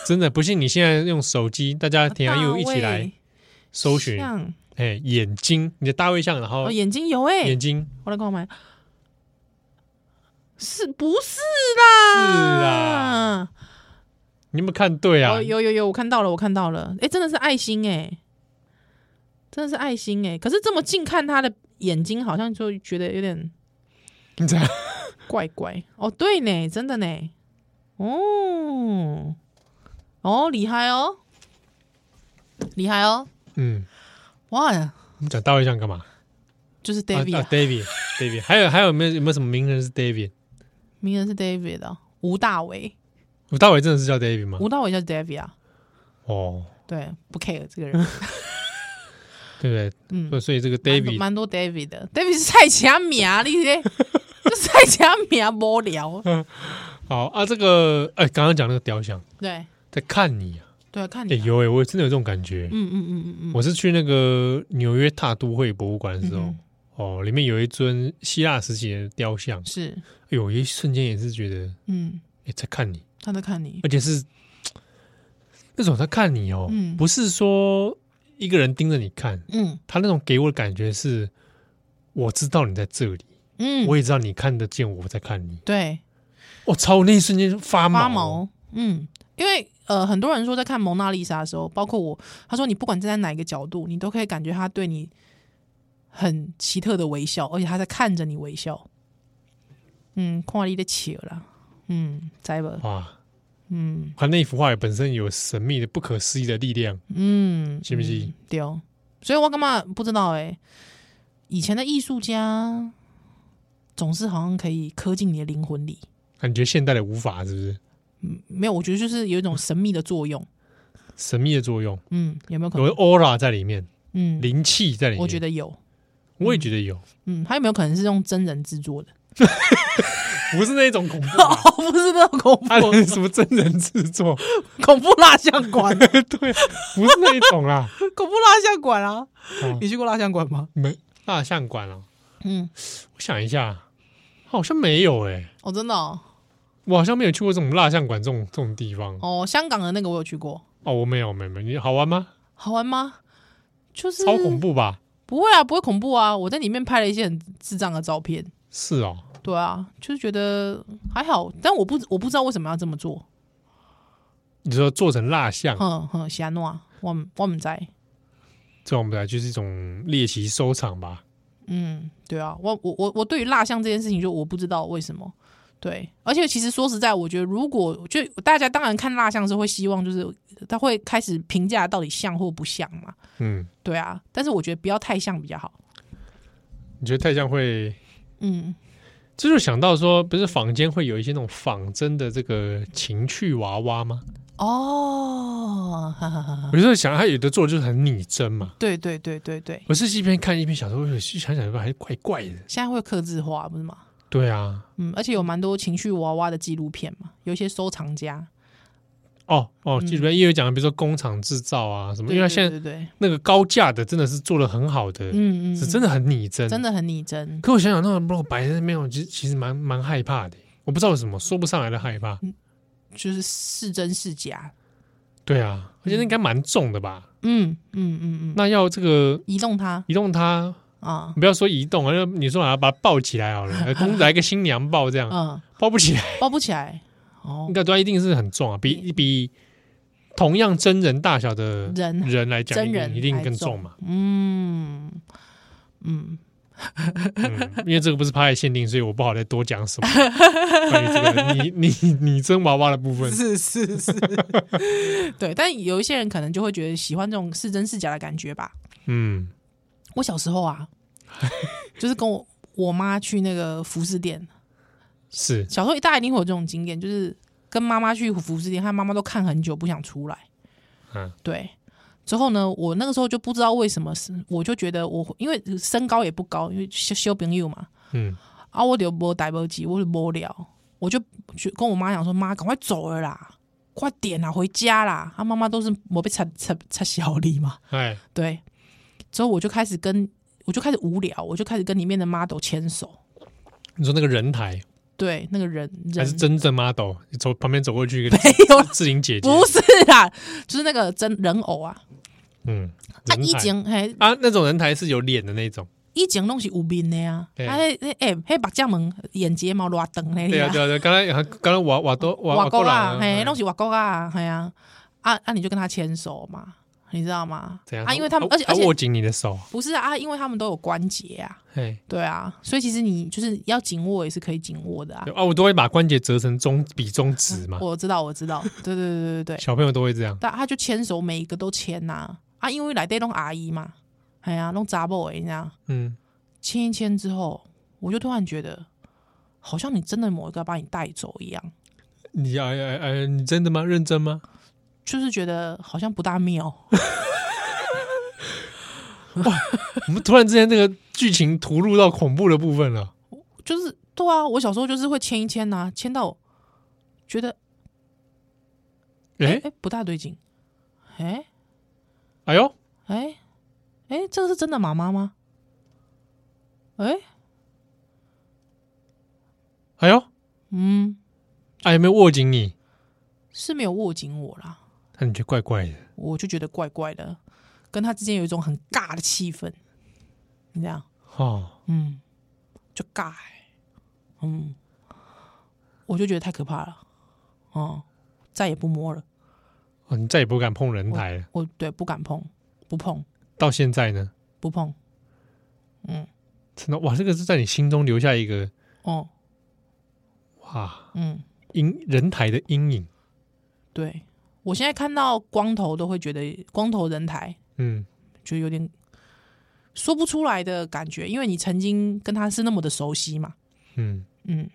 B: 真的不信？你现在用手机，大家听下又一起来搜寻，
C: 像
B: 哎，眼睛，你的大卫像，然后
C: 哦，眼睛有哎、
B: 眼睛
C: 我来看买，是不是啦？
B: 是啊啦，你有没有看对啊
C: 哦，？有有有，我看到了，我看到了，哎、真的是爱心哎、真的是爱心哎、可是这么近看他的眼睛，好像就觉得有点
B: 你这样，
C: 怪怪。哦，对呢，真的呢，哦，哦，厉害哦，厉害哦，
B: 嗯，
C: 哇，
B: 你讲大卫像干嘛
C: 就是 David，、
B: 啊啊，David，David，还有还有没有有没有什么名人是 David？
C: 名人是 David 的、吴大维，
B: 吴大伟真的是叫 David 吗？
C: 吴大维叫 David 啊，
B: 哦，
C: 对，不 care 这 个人，
B: 对不对？
C: 嗯，
B: 所以所以这个
C: 蛮多
B: David
C: 蛮多 David 的，David 是蔡奇名，你这 就蔡奇名无聊，
B: 好啊，这个哎，刚刚讲那个雕像
C: 对
B: 在看你啊，
C: 对，看
B: 哎
C: 你啊，
B: 有哎，我真的有这种感觉。
C: 嗯嗯嗯嗯嗯，
B: 我是去那个纽约大都会博物馆的时候
C: 嗯，
B: 哦，里面有一尊希腊时期的雕像，
C: 嗯是，
B: 哎呦，我一瞬间也是觉得
C: 嗯，
B: 哎在看你，
C: 他在看你，
B: 而且是那种在看你哦
C: 嗯，
B: 不是说一个人盯着你看，
C: 嗯
B: 他那种给我的感觉是，我知道你在这里，
C: 嗯，
B: 我也知道你看得见我在看你。
C: 对，
B: 我、操！我那一瞬间就发毛，
C: 发毛，嗯，因为呃，很多人说在看蒙娜丽莎的时候，包括我，他说你不管站在哪一个角度，你都可以感觉他对你很奇特的微笑，而且他在看着你微笑。嗯，看你的企鹅啦，嗯，在吧，
B: 哇！
C: 嗯
B: 他那一幅画本身有神秘的、不可思议的力量，
C: 嗯，
B: 是不是
C: 嗯对哦，所以我干嘛不知道哎、以前的艺术家总是好像可以刻进你的灵魂里，
B: 感觉现代的无法是不是？
C: 没有，我觉得就是有一种神秘的作用，
B: 神秘的作用，
C: 嗯，有没有可
B: 有
C: 能？
B: aura 在里面，
C: 嗯，
B: 灵气在里面。
C: 我觉
B: 得，
C: 得有。
B: 我也觉得有，
C: 嗯，他有没有可能是用真人制作的？
B: 不是那种恐怖、
C: 哦
B: 啊，，
C: 不是那种恐
B: 他
C: 怖
B: 是什么真人制作，
C: 恐怖蜡像馆，啊
B: 对，不是那一种啊啦。
C: 恐怖蜡像馆啊！
B: 啊
C: 你去过蜡像馆吗？
B: 没蜡像馆啊，
C: 嗯，
B: 我想一下，好像没有哎、
C: 哦，真的哦，
B: 我好像没有去过这种蜡像馆这种这种地方
C: 哦香港的那个我有去过，
B: 哦，我没有，没有，没有，你好玩吗？
C: 好玩吗？就是
B: 超恐，怖吧？
C: 不会啊，不会恐怖啊！我在里面拍了一些很智障的照片，
B: 是哦，
C: 对啊，就是觉得还好，但我不我不知道为什么要这么做，
B: 你说做成蜡像，
C: 哼哼，喜安诺，我们我们在，
B: 这种本来就是一种猎奇收藏吧？
C: 嗯，对啊，我我我我对于蜡像这件事情，就我不知道为什么。对，而且其实说实在，我觉得如果就大家当然看蜡像是会希望，就是他会开始评价到底像或不像嘛。
B: 嗯，
C: 对啊，但是我觉得不要太像比较好。
B: 你觉得太像会？
C: 嗯，
B: 这就想到说，不是坊间会有一些那种仿真的这个情趣娃娃吗？
C: 嗯哦，哈哈哈哈
B: 我就在想，它有的做的就是很拟真嘛。
C: 对对对对对，
B: 我是一边看一边想说，我想想还怪怪的。
C: 现在会刻字化不是吗？
B: 对啊，
C: 嗯，而且有蛮多情绪娃娃的纪录片嘛，有一些收藏家，
B: 哦哦，记住，因为讲比如说工厂制造啊什么，
C: 嗯对
B: 因为它
C: 对
B: 现在
C: 对对，
B: 那个高价的真的是做的很好的，
C: 嗯嗯，
B: 是真
C: 的
B: 的很拟真，
C: 真的很拟真，
B: 可我想想，那种如果摆在那边，我其实其实蛮蛮害怕的。我不知道为什么，说不上来的害
C: 嗯
B: 怕。
C: 就是是真是假。
B: 对啊，而且那应该蛮重的吧？
C: 嗯嗯嗯嗯，
B: 那要这个
C: 移动它
B: 移动它，
C: 啊。
B: 不要说移动，而你说把它把它抱起来好 了，呃公来个新娘抱这样，
C: 嗯，
B: 抱不起来，
C: 包不起来。哦
B: 应，该对它一定是很重啊，比比同样真人大小的
C: 人啊
B: 人来讲，
C: 真
B: 一
C: 人
B: 定一定
C: 还
B: 更
C: 重
B: 重 嘛。
C: 嗯嗯，
B: 嗯因为这个不是拍的限定，所以我不好再多讲 什么关于这个你你你真娃娃的部分。
C: 是是是， 对。但有一些人可能就会觉得喜欢这种是真是假的感觉吧。
B: 嗯，
C: 我小时候啊，就是跟我我妈去那个服饰店，
B: 是
C: 小时候大家一定会有这种经验，就是跟妈妈去服饰店，她妈妈都看很久不想出来。
B: 嗯，
C: 对。之后呢，我那个时候就不知道为什么是，我就觉得我因为身高也不高，因为修修朋友嘛，
B: 嗯，
C: 啊，我就无代无志，我就无聊，我就去跟我妈讲说：“妈，赶快走了啦，快点啦，回家啦！”啊，妈妈都是我被插插插小李嘛，
B: 哎，
C: 对。之后我就开始跟，我就开始无聊，我就开始跟里面的 model 牵手，
B: 你说那个人台。
C: 对，那个人
B: 还
C: 人
B: 是真正 model，你走旁边走过去一个
C: 没有啦，
B: 志玲姐姐，
C: 不是啦，就是那个真人偶啊，
B: 嗯，
C: 啊，
B: 人
C: 以
B: 台
C: 前嘿，
B: 啊，那种人台是有脸的那种，
C: 以前拢是有面的啊，
B: 对
C: 啊，迄迄诶，迄目镜门眼睫毛偌长咧，
B: 对 啊，对啊，对啊，刚才刚才瓦瓦多瓦
C: 外国啦，嘿，
B: 哎
C: 拢，是外国啊，嘿啊，啊啊，你就跟他牵手嘛，你知道吗？
B: 怎样哦
C: 啊，因为他们，而且而
B: 握
C: 且
B: 紧你的手，
C: 不是啊啊，因为他们都有关节啊，
B: 哎，
C: 对啊，所以其实你就是要紧握也是可以紧握的啊。啊
B: 啊，我都会把关节折成中比中指嘛，
C: 我知道，我知道，对对对对 对对，
B: 小朋友都会这样，
C: 但他就牵手，每一个都牵呐、啊，因为来对弄阿姨嘛，哎呀、弄杂某哎，你知道，
B: 嗯，
C: 牵一牵之后，我就突然觉得，好像你真的某一个要把你带走一样。
B: 你要哎哎，哎你真的吗？认真吗？
C: 就是觉得好像不大妙。
B: 我们突然之间这个剧情突入到恐怖的部分了。
C: 就是对啊，我小时候就是会签一签呐、签到觉得
B: 哎、
C: 哎、不大对劲，哎
B: 哎呦，
C: 哎哎，这个是真的妈妈吗？哎，
B: 哎呦，
C: 嗯，
B: 哎有没有握紧你？啊
C: 是没有握紧我啦，
B: 那你觉得怪怪的。
C: 我就觉得怪怪的，跟他之间有一种很尬的气氛，你这样，
B: 哦，
C: 嗯，就尬、欸，嗯，我就觉得太可怕了，哦、再也不摸了，
B: 哦你再也不敢碰人台了。
C: 我对不敢碰，不碰，
B: 到现在呢，
C: 不碰，
B: 真的哇，这个是在你心中留下一个
C: 哦，
B: 哇
C: 嗯。
B: 阴人台的阴影。
C: 对我现在看到光头都会觉得光头人台
B: 嗯，
C: 就有点说不出来的感觉，因为你曾经跟他是那么的熟悉嘛，
B: 嗯
C: 嗯，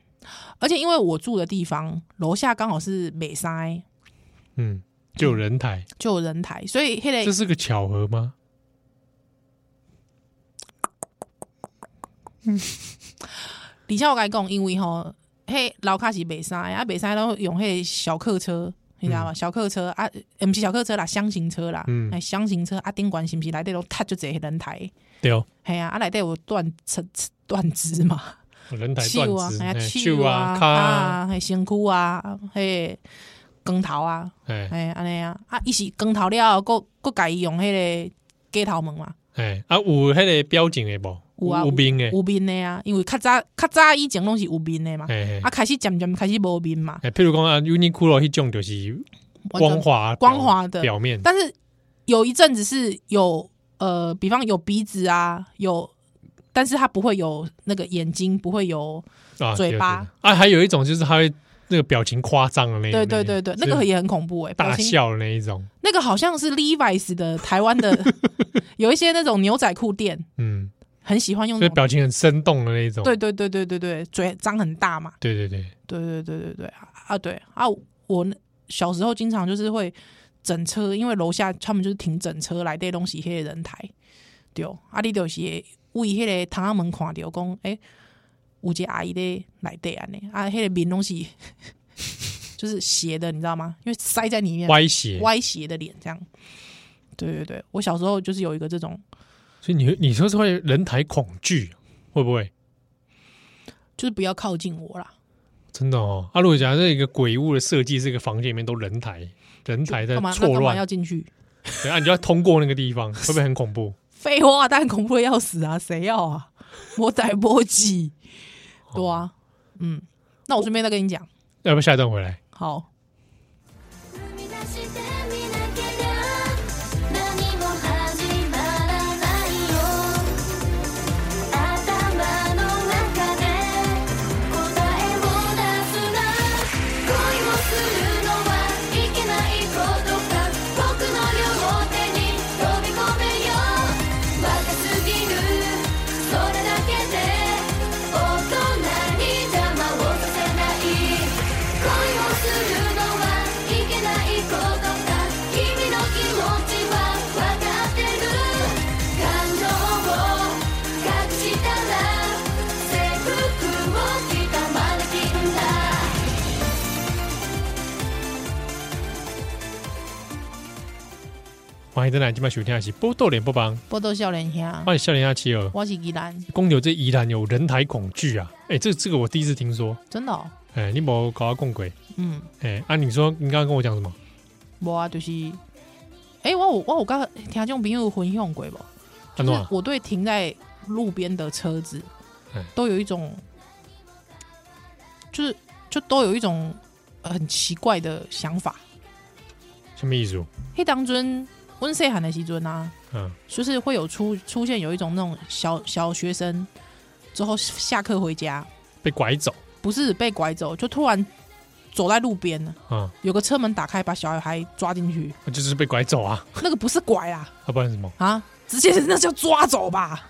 C: 而且因为我住的地方楼下刚好是美塞，
B: 嗯，就有人台，
C: 就有人台，所以
B: 这
C: 黑雷
B: 是个巧合吗？
C: 底下我跟你讲，因为吼嘿老卡是美塞啊，美塞都用嘿小客车。你知道吗？小客车啊，呃不是小客车啦，箱型车啦，
B: 嗯
C: 哎、箱型车啊，顶管是不是来底都踢就这些人台？
B: 对哦，
C: 系啊，啊内底有断枝断枝嘛，
B: 人台
C: 手
B: 断
C: 啊，
B: 枝，
C: 哎呀
B: 哎
C: 手啊，
B: 脚
C: 脚
B: 啊，
C: 啊，还身躯啊，嘿，光头啊，
B: 哎
C: 哎，安尼啊，啊，伊是光头了，后，佫佫家己用迄个鸡头毛嘛，
B: 哎啊，有迄个表情的无？
C: 有啊
B: 有面的，
C: 有面的啊，因为较早较早以前拢是有面的嘛，
B: 哎
C: 啊，开始渐渐开始无面嘛，
B: 哎，譬如讲啊，Uniqlo 迄种就是
C: 完
B: 光
C: 全
B: 滑表
C: 光滑的
B: 表面，
C: 但是有一阵子是有呃，比方有鼻子啊，有，但是它不会有那个眼睛，不会有，
B: 啊，
C: 嘴巴
B: 对对对啊，还有一种就是他会那个表情夸张的那
C: 对对对对，那个
B: 是
C: 也很恐怖哎、表
B: 大
C: 情
B: 笑的那一种，
C: 那个好像是 Levi's 的台湾 的，有一些那种牛仔裤店
B: 嗯，
C: 很喜欢用
B: 所
C: 那
B: 以
C: 种。
B: 表情很生动的那一种，
C: 对对对对对对，嘴张很大嘛。
B: 对对对，
C: 对对对对对啊啊对啊！我那小时候经常就是会整车，因为楼下他们就是停整车来带东西，迄个人台对。啊，你就是会为迄个窗仔门看到讲，诶、有一个阿姨咧来底安尼啊，迄、个面拢是 就是斜的，你知道吗？因为塞在里面嘛
B: 歪斜，
C: 歪斜的脸这样。对对对，我小时候就是有一个这种，
B: 所以你你说是会人台恐惧会不会？
C: 就是不要靠近我啦，
B: 真的哦，啊，如果假设一个鬼屋的设计，这个房间里面都人台，人台在
C: 干嘛那
B: 错
C: 干嘛
B: 乱
C: 要，进去？
B: 对啊，你就要通过那个地 方，会不会很恐怖？
C: 废话，当然恐怖的要死啊，谁要啊？我逮波及，对啊，嗯，那我顺便再跟你讲，
B: 要不要下一段回来？
C: 好，
A: 踏み出してみなけりゃ何も始まらないよ頭の中で答えを出すな恋をするのはいけないことか僕の両手に飛び込めよ若すぎるそれだけで大人に邪魔をさせない恋をするのはいけないことだ君の気持ちは分かってる感情を隠したら制服を着たマネキンだ
B: 欢迎再来，今晚收听的是波豆脸不帮，
C: 波多笑脸兄，啊
B: 欢迎笑脸下企鹅。
C: 我是宜兰，
B: 公牛这依然有人台恐惧啊！哎、这这个我第一次听说。
C: 真的、哦，
B: 哎、你冇搞到共鬼？
C: 嗯，
B: 哎、啊，你说你刚刚跟我讲什么？
C: 我啊就是，哎、我有我有刚听众朋友有分享过不？
B: 安
C: 就
B: 诺
C: 是
B: 啊，
C: 我对停在路边的车子
B: 嗯，
C: 都有一种，就是就都有一种呃很奇怪的想法。
B: 什么意思？
C: 黑当尊温岁喊的时尊啊，
B: 嗯，
C: 就是会有出出现有一种那种小小学生之后下课回家，
B: 被拐走
C: 不是被拐走，就突然走在路边了，
B: 啊、
C: 有个车门打开，把小孩抓进去，
B: 就是被拐走啊，
C: 那个不是拐啦
B: 要、不然是什么？
C: 啊， 直接那叫抓走吧，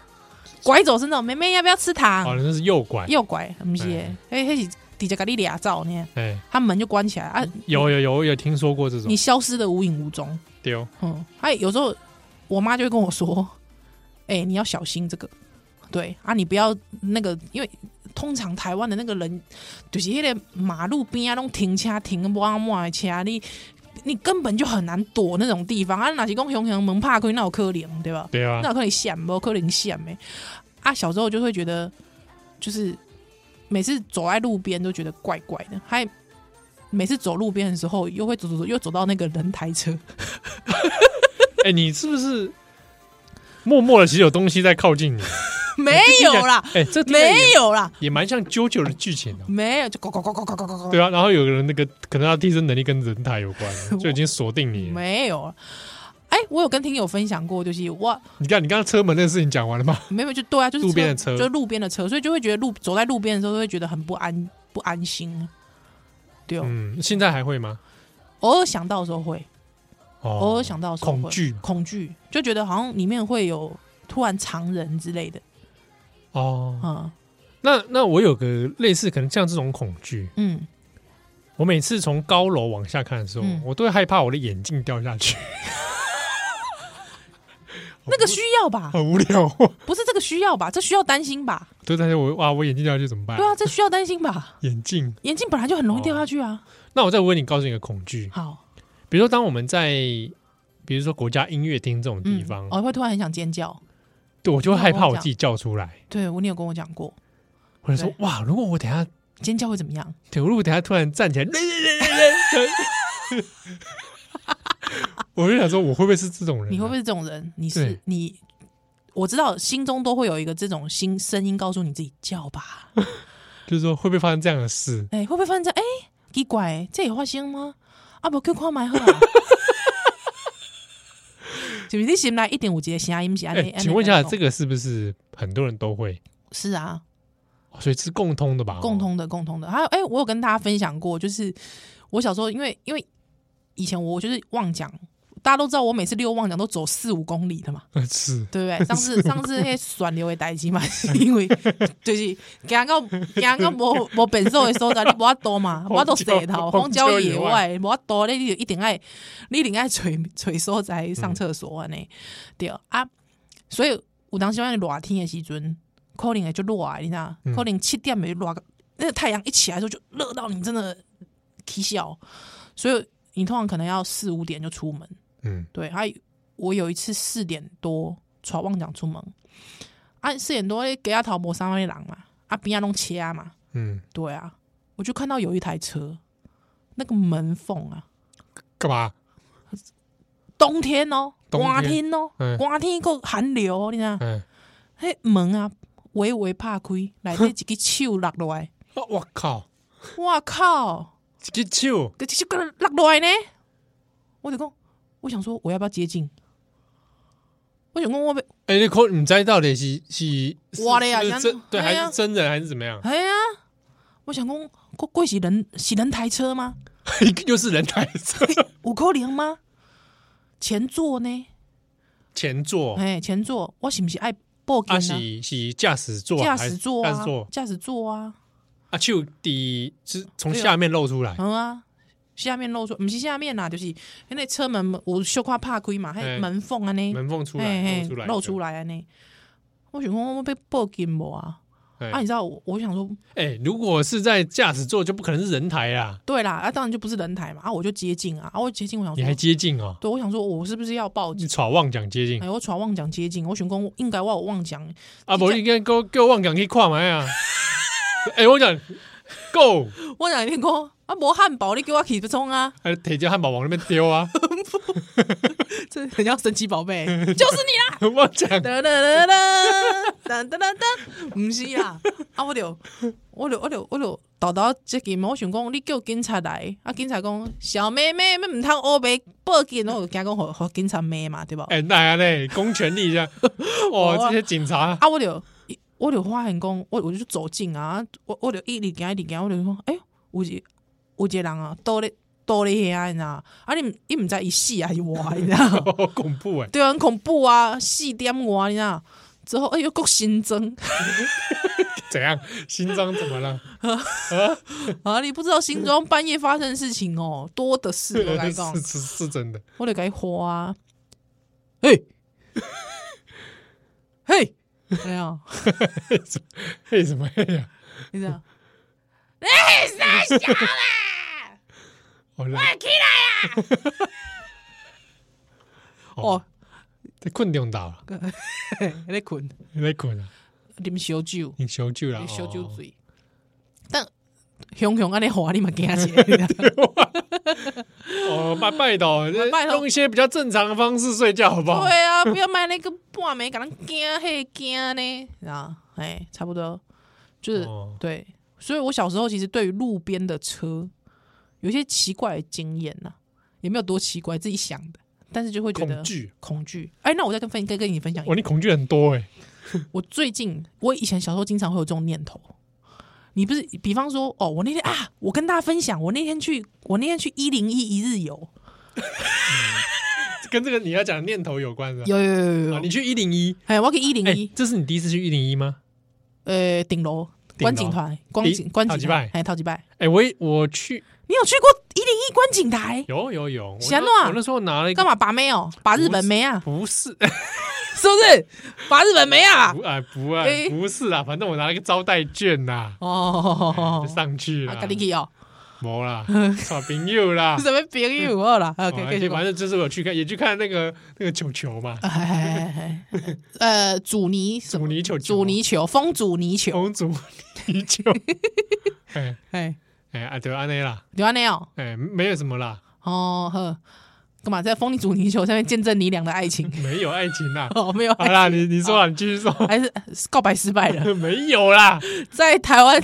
C: 拐走是那种妹妹要不要吃糖
B: 哦，，那是右拐。
C: 右拐，不是的
B: 嗯，
C: 哎，那是底下咖喱里亚照呢，
B: 哎，
C: 他门就关起来啊，
B: 有有有我有听说过这种哦
C: 你消失的无影无踪。
B: 丢
C: 嗯，还有时候我妈就会跟我说：“哎、你要小心这个，对啊，你不要那个，因为通常台湾的那个人就是那个马路边啊，那种停车停不阿莫的车，你你根本就很难躲那种地方啊。哪些公熊熊门怕可以那有可怜对吧？
B: 对啊
C: 那，有可能险不可能险没啊？小时候就会觉得，就是每次走在路边都觉得怪怪的，还每次走路边的时候又会走走走，又走到那个人台车。”
B: 哎，你是不是默默的其实有东西在靠近你？
C: 没有 啦，
B: 哎，这听起来也
C: 没有啦，
B: 也蛮像啾啾的剧情的。
C: 没有，就咕咕咕咕咕咕咕咕，
B: 对啊，然后有个人那个可能他替身能力跟人台有关，就已经锁定你了。
C: 没有。哎，我有跟听友分享过，就是我
B: 你看，你刚刚车门那个事情讲完了吗？
C: 没有就对啊，就是
B: 路边的车
C: 就是路边的车，所以就会觉得路走在路边的时候，都会觉得很不安不安心。对哦，
B: 嗯，现在还会吗？哦
C: 偶尔想到的时候会，偶尔哦想到的时候会
B: 恐惧
C: 恐惧，就觉得好像里面会有突然常人之类的。
B: 哦。
C: 嗯
B: 那那我有个类似，可能像这种恐惧，
C: 嗯，
B: 我每次从高楼往下看的时候，
C: 嗯
B: 我都会害怕我的眼镜掉下去，
C: 那个需要吧？
B: 很无聊。哦
C: 不是这个需要吧？这需要担心吧？
B: 对，但是我哇，我眼镜掉下去怎么办？
C: 对啊，这需要担心吧？
B: 眼镜。
C: 眼镜本来就很容易掉下去啊。
B: 那我再问你，告诉你一个恐惧，
C: 好，
B: 比如说当我们在，比如说国家音乐厅这种地
C: 嗯
B: 方，，
C: 哦，会突然很想尖叫。
B: 对我就会害怕
C: 跟我
B: 我
C: 讲
B: 自己叫出来，
C: 对，我你有跟我讲过，
B: 或者说哇，如果我等一下
C: 尖叫会怎么样？
B: 对，如果等一下突然站起来， 我就想说，我会不会是这种人啊、
C: 你会不会是这种人？你是
B: 对
C: 你，我知道心中都会有一个这种心声音告诉你自己叫吧。
B: 就是说会不会发生这样的事？
C: 哎、会不会发现这？哎、奇怪、这有发生吗？啊不，去看买好啊。 就是你心内一定有一个声音是安
B: 哎、
C: 尼。
B: 请问一下，这
C: 个
B: 个是不是很多人都会？哦
C: 是啊，
B: 所以是共通的吧？
C: 共。通的，共通的。还有，哎、我有跟大家分享过，就是我小时候，因为因为以前我就是妄讲，大家都知道我每次溜妄讲都走四五公里的嘛。
B: 哦 是，
C: 对不对？上次上次迄选流的代志嘛，是因 为就是行到行到无无本所的所在，你无法度嘛，无法度蛇头，荒
B: 荒郊
C: 郊野
B: 野
C: 外，无法度你就一定爱，你一定爱找 找所在上厕所安
B: 嗯
C: 尼，对啊。所以有当时我热天的时阵，可能会就热的，你知道？
B: 嗯
C: 可能七点会热到，那个太阳一起来的时候就热到你真的起笑，所以你通常可能要四五点就出门。
B: 嗯，
C: 对，还有我有一次四点多闯忘讲出门，啊，四点多给他逃摩三万的狼嘛，啊边啊弄切啊嘛，
B: 嗯，
C: 对啊，我就看到有一台车，那个门缝啊，
B: 干 嘛？
C: 冬天哦，
B: 冬天
C: 寒天哦，
B: 嗯
C: 寒天够寒流哦，你知道，
B: 嗯，
C: 迄门啊微微拍开，内底一只手落 落来，
B: 哦我靠，
C: 我靠！
B: 一只手
C: 个手个落落来呢，我就讲，我想说我要不要接近？我想讲我要
B: 哎、你可你知到底是是是
C: 我的呀
B: 是
C: 像
B: 真对还
C: 哎
B: 是
C: 呀
B: 真人还是怎么样？
C: 哎呀，我想讲，过过是人是人台车吗？
B: 又是人台车
C: 有可能吗？前座呢？
B: 前座，
C: 哎、前座，我是不是爱报
B: 哦
C: 警
B: 啊
C: 啊？
B: 是是驾驶座
C: 驾
B: 还是，
C: 驶座
B: 驾驶
C: 啊
B: 座，
C: 驾驶座啊，
B: 啊，手底是从
C: 对啊
B: 下面露出来，
C: 嗯啊，下面露出，不是下面啦、就是那车门有小可拍开嘛，
B: 哎
C: 还门缝啊呢，
B: 门缝出
C: 哎
B: 来，
C: 哎
B: 露出来，
C: 露出来啊呢。我想讲，我被报警无啊？
B: 对。
C: 啊，
B: 哎
C: 你知道我，我想说，
B: 哎，如果是在驾驶座，就不可能是人台啊，
C: 对啦，啊，当然就不是人台嘛，啊，我就接近啊，啊，我接近，我想
B: 你还
C: 说，
B: 接近哦，
C: 对，我想说，我是不是要报警？
B: 你闯妄讲接近
C: 哎，我闯妄讲接近，我想讲应该我有妄讲，
B: 啊，不，你跟给给我妄讲去看嘛啊！哎，我讲 Go，
C: 我讲你讲啊，无汉堡你给我起不冲啊，
B: 还提着汉堡往那边丢 啊，
C: 这很像神奇宝贝，就是你啦，
B: 妄讲
C: 哒哒哒哒哒哒哒哒，不是啦，啊我就我就我就我就豆豆接近，我想讲你叫警察来，啊警察讲小妹妹，你唔通乌白报警，我就惊讲互互警察骂嘛，对吧？
B: 哎，那样嘞，公权力这 样，哇，
C: 哇
B: 这些警察，
C: 啊我就我就发现讲，我我就走近啊，我我就一直行一直行，我就讲，哎、欸，有一有一个人啊，倒咧倒咧遐，你知道？啊你你唔知伊死还是活，你知道？
B: 好恐怖哎！
C: 对啊啊，很恐怖啊，四点外你知道？之后哎又够新增，
B: 怎样？新章怎么了？
C: 啊，你不知道新庄半夜发生的事情哦，多的是。我来讲
B: 是，是是真的，
C: 我得该花啊！嘿，嘿，哎呀，
B: 嘿什么嘿呀？
C: 你这 样，哎
B: 我来
C: 啊 哦，
B: 在困中倒了，
C: 嘿你在困，
B: 你在困啊？
C: 啉烧酒，
B: 你小酒了，
C: 啉烧酒
B: 哦
C: 醉。但熊熊安尼话你嘛惊 死，啊你知道
B: 哦，拜拜托，
C: 拜 托
B: 用一些比较正常的方式睡觉，好不好？
C: 对啊，不要买那个半暝，给人惊嘿惊呢，啊，哎，差不多就是、
B: 哦
C: 对。所以我小时候其实对于路边的车有一些奇怪的经验呐、也没有多奇怪，自己想的，但是就会觉得
B: 恐惧，
C: 恐惧。哎，那我再跟分跟跟你分享一个
B: 哇，你恐惧很多哎，
C: 我最近，我以前小时候经常会有这种念头。你不是，比方说，哦，我那天啊，我跟大家分享，我那天去，我那天去一零一一日游，
B: 跟这个你要讲的念头有关是吧？
C: 有有有有
B: 啊，
C: 有
B: 你，去一零一，
C: 哎，我去一零
B: 哎
C: 一，，
B: 这是你第一次去一零一吗？
C: 呃，顶楼观景台，观景
B: 顶
C: 观
B: 陶
C: 景
B: 吉
C: 台
B: 拜，
C: 哎，陶吉拜，
B: 哎，我也我去，
C: 你有去过一零一观景台？
B: 有有有，我
C: 是
B: 那
C: 怎样啊
B: 我那时候拿了一
C: 干
B: 个，
C: 嘛把妹哦，把日本妹啊，
B: 不是，
C: 是不是？把日本妹啊
B: 不？啊不啊
C: 哎
B: 不是啊，反正我拿了一个招待券啊呐，
C: 哦
B: 就，上去
C: 啊，
B: 了
C: 咖，喱鸡哦，
B: 没 啦，耍朋友啦
C: 是。什么别友二啦？
B: 哦
C: 啊，可以可以
B: 而且
C: 说，
B: 反正就是我去看，也去看那个那个球球嘛，
C: 哎哎哎哎哎呃，阻尼什
B: 阻
C: 么？
B: 尼球球，
C: 阻尼球，风阻尼球，
B: 红阻尼球， 哎
C: 哎，
B: 哎啊，对，安内啦，
C: 就安尼哦，
B: 哎，没有什么啦，
C: 哦呵，干嘛在风里阻尼球上面见证你俩的 爱情？。
B: 没有爱情啦
C: 哦，没有
B: 好
C: 爱，哦
B: 啦，你你说啊啦，你继续说。
C: 还是告白失败了，
B: 没有 啦，
C: 在台湾，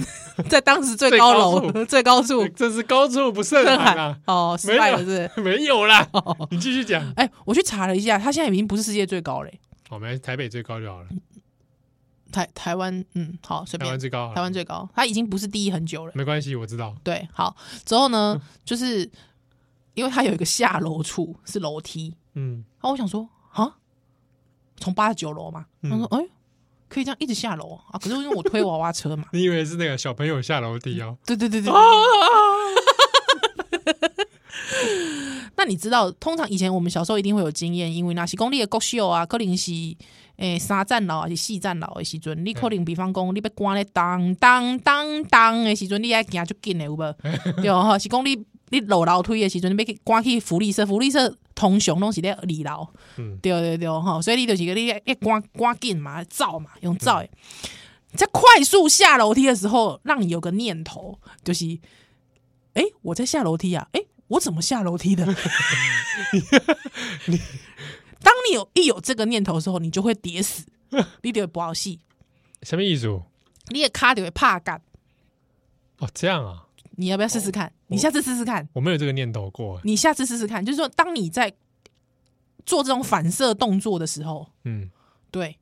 C: 在当时最高楼最高处
B: 真是高处不胜
C: 震
B: 寒
C: 撼
B: 啊！
C: 哦，
B: 没
C: 失败了是不是？
B: 有，没有 啦，你继续讲。
C: 哎，我去查了一下，它现在已经不是世界最高嘞，
B: 我们台北最高就好了，
C: 台台湾，嗯，好，随
B: 台湾
C: 便，
B: 最高好了，嗯
C: 台湾最高，它已经不是第一很久了。
B: 没关系，我知道。
C: 对，好，之后呢，
B: 嗯
C: 就是因为它有一个下楼处是楼梯，
B: 嗯，
C: 然后我想说啊，从八十九楼嘛，
B: 嗯，
C: 他说哎、可以这样一直下楼啊，可是因为我推娃娃车嘛
B: 你以为是那个小朋友下楼梯哦？
C: 对对对对。那你知道，通常以前我们小时候一定会有经验，因为那是公立的国小啊，可能是诶三站楼还是四站楼的时阵，你可能比方讲你被关咧当当当当的时阵，你爱行就紧的有无？对吼，是讲你你落楼梯的时阵，你要去赶去福利社，福利社通常拢是咧二楼。
B: 嗯
C: 对对对吼，所以你就是你要赶赶紧嘛，走嘛，用走的。在快速下楼梯的时候，让你有个念头，就是，哎、我在下楼梯啊，哎、我怎么下楼梯的？ 当你有一有这个念头的时候，你就会跌死，你就会不好戏，
B: 什么意思？哦，
C: 你的卡就会怕干。
B: 这样啊，
C: 你要不要试试看？你下次试试看，
B: 我没有这个念头过。
C: 你下次试试看，就是说，当你在做这种反射动作的时候，
B: 嗯
C: 对，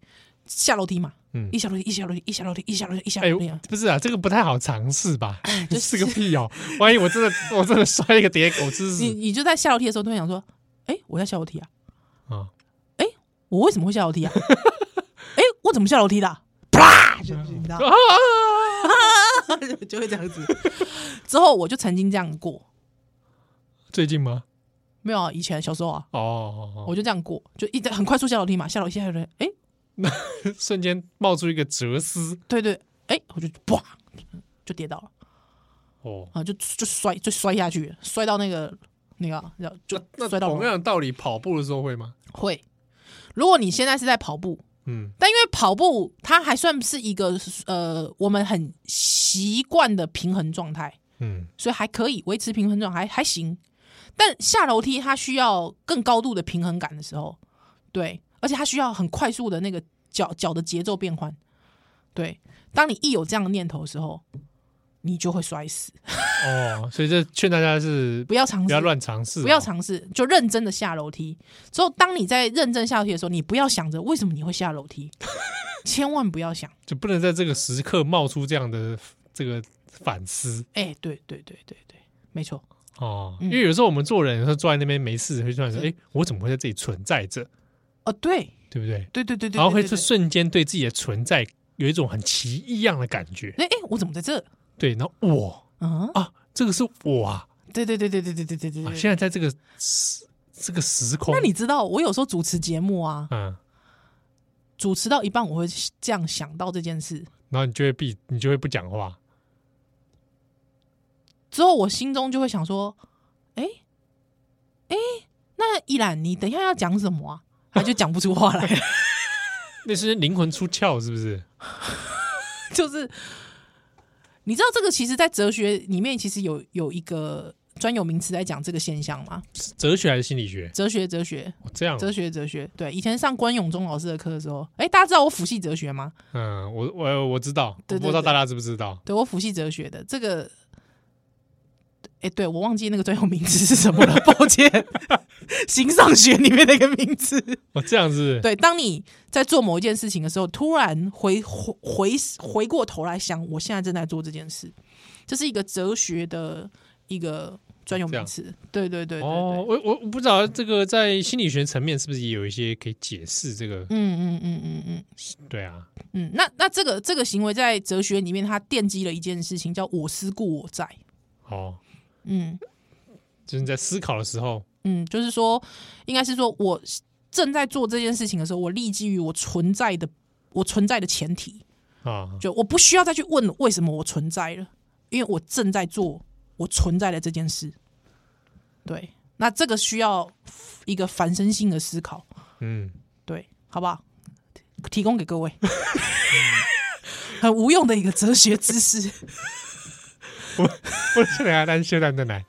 C: 下楼梯嘛，
B: 嗯
C: 一，下楼梯，一下楼梯，一下楼梯，一下楼梯，一下
B: 哎
C: 楼梯
B: 呦
C: 啊，，
B: 不是啊，这个不太好尝试吧？
C: 哎 就
B: 试个屁哦！万一我真的 我真的摔一个跌狗吃
C: 你
B: 屎
C: 你就在下楼梯的时候，突然想说，哎、我在下楼梯啊，
B: 啊！
C: 我为什么会下楼梯啊？ 哎、我怎么下楼梯的啊、啪，就你知道，
B: 啊
C: 就会这样子。之后我就曾经这样过，
B: 最近吗？
C: 没有啊，以前小时候啊，
B: 哦哦，
C: 我就这样过，就一直很快速下楼梯嘛，下楼梯下楼梯，哎、
B: 哦瞬间冒出一个哲思
C: 对对，哎、我就啪就跌倒了
B: 哦。
C: 啊，就就摔就摔下去，摔到那个那个啊，然后就
B: 那
C: 摔到
B: 同
C: 楼
B: 样的道理，跑步的时候会吗？
C: 会。如果你现在是在跑步，
B: 嗯，
C: 但因为跑步它还算是一个呃我们很习惯的平衡状态，
B: 嗯，
C: 所以还可以维持平衡状态，还还行。但下楼梯它需要更高度的平衡感的时候，对，而且它需要很快速的那个脚脚的节奏变换。对，当你一有这样的念头的时候，你就会摔死。
B: 哦，所以这劝大家是
C: 嗯不要尝
B: 不
C: 试
B: 要，乱尝试，
C: 不要
B: 哦
C: 尝试，就认真的下楼梯。之后，当你在认真下楼梯的时候，你不要想着为什么你会下楼梯，千万不要想。
B: 就不能在这个时刻冒出这样的这个反思
C: 哎、对对对对对，没错，
B: 哦。
C: 嗯
B: 因为有时候我们做人，有时候坐在那边没事，会突然说：“哎，我怎么会在这里存在着
C: 哦，对？”
B: 对不对？
C: 对对对对，
B: 然后会
C: 对对对
B: 瞬间对自己的存在有一种很奇异样的感觉。
C: 哎哎，我怎么在这？
B: 对，然后我
C: 嗯，
B: 啊，这个是我啊，
C: 对对对对对对对对对
B: 啊
C: 对。
B: 现在在这个时这个时空，
C: 那你知道，我有时候主持节目啊，
B: 嗯，
C: 主持到一半，我会这样想到这件事，
B: 然后你就会闭，你就会不讲话。
C: 之后我心中就会想说，哎、哎、那依然你等一下要讲什么啊？他就讲不出话来了，
B: 那是灵魂出窍，是不是？
C: 就是你知道这个其实，在哲学里面其实有有一个专有名词在讲这个现象吗？
B: 是哲学还是心理学？
C: 哲学，哲学，
B: 哦这样，
C: 哲学，哲学。对，以前上关永忠老师的课的时候，哎、大家知道我辅系哲学吗？
B: 嗯，我我我知道，
C: 对
B: 我不
C: 对
B: 知道
C: 对
B: 大家知不知道？
C: 对我辅系哲学的这个，哎、对我忘记那个专有名词是什么 了，抱歉，形上学里面那个名词。
B: 哦，这样子，
C: 对，当你在做某一件事情的时候，突然回回回回过头来想，我现在正在做这件事，这是一个哲学的一个专有
B: 这
C: 名
B: 样
C: 词。对对对对对，
B: 哦，我我我不知道这个在心理学层面是不是也有一些可以解释这个？
C: 嗯嗯嗯嗯嗯
B: 对啊，
C: 嗯。那那这个这个行为在哲学里面，它奠基了一件事情，叫我思故我在。
B: 哦，
C: 嗯
B: 就是你在思考的时候，
C: 嗯，就是说，应该是说我正在做这件事情的时候，我立基于我存在的我存在的前提。
B: 啊，
C: 就我不需要再去问为什么我存在了，因为我正在做我存在的这件事。对，那这个需要一个反身性的思考，
B: 嗯，
C: 对，好不好？提供给各位， 很无用的一个哲学知识。
B: 我我现在来，但是现在再来，